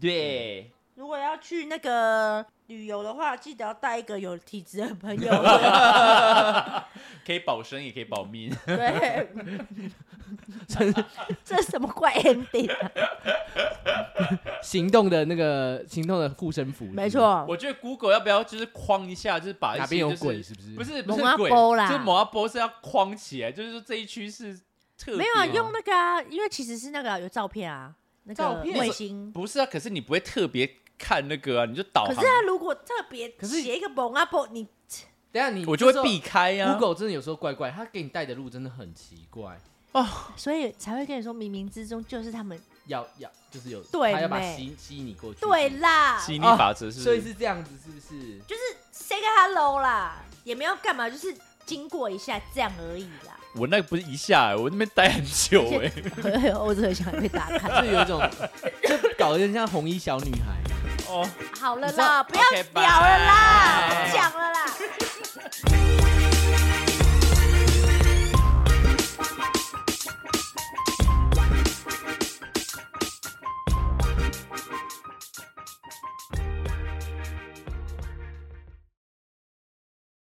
Speaker 3: 对，
Speaker 1: 如果要去那个旅游的话，记得要带一个有体质的朋 友。
Speaker 3: 可以保身也可以保 命。
Speaker 1: 对，这是什么怪 ending？啊
Speaker 2: 行动的那个行动的护身符，
Speaker 1: 没，错，
Speaker 3: 我觉得 Google 要不要就是框一下，就是把一
Speaker 2: 哪
Speaker 3: 些
Speaker 2: 边有
Speaker 3: 就是
Speaker 2: 鬼是不是？
Speaker 3: 不是不
Speaker 1: 蒙
Speaker 3: 是
Speaker 1: 阿
Speaker 3: 鬼
Speaker 1: 波啊啦
Speaker 3: 就是某阿波是要框起来，就是说这一区是特别
Speaker 1: 没有啊，用那个啊，因为其实是那个啊有照片啊，那
Speaker 2: 照
Speaker 1: 个
Speaker 2: 片
Speaker 1: 卫星。
Speaker 3: 不是啊，可是你不会特别看那个啊，你就导
Speaker 1: 可是
Speaker 3: 航，
Speaker 1: 他如果特别
Speaker 2: 可是
Speaker 1: 写一个蒙阿波，你
Speaker 2: 等一下你
Speaker 3: 我就会避。开呀、啊。
Speaker 2: Google 真的有时候怪怪，他给你带的路真的很奇怪，
Speaker 1: 所以才会跟你说，冥冥之中就是他们
Speaker 2: 要要就是有
Speaker 1: 对
Speaker 2: 他要把
Speaker 1: 妹
Speaker 2: 吸吸你过去。
Speaker 1: 对啦，
Speaker 3: 吸引力
Speaker 2: 啊
Speaker 3: 法则是不
Speaker 2: 所以
Speaker 3: 哦是
Speaker 2: 是这样子，是不是？
Speaker 1: 就是 say 个 hello 啦，也没有干嘛，就是经过一下这样而已啦。
Speaker 3: 我那个不是一下、我那边待很久哎、
Speaker 1: 我只会想被打开。
Speaker 2: 就有一种， 就搞得有点像红衣小女孩。
Speaker 3: 哦。
Speaker 1: 好了
Speaker 2: 你知
Speaker 1: 啦，
Speaker 2: 道
Speaker 1: 不要
Speaker 3: OK，
Speaker 1: 聊了啦，
Speaker 3: 拜
Speaker 1: 不讲了啦。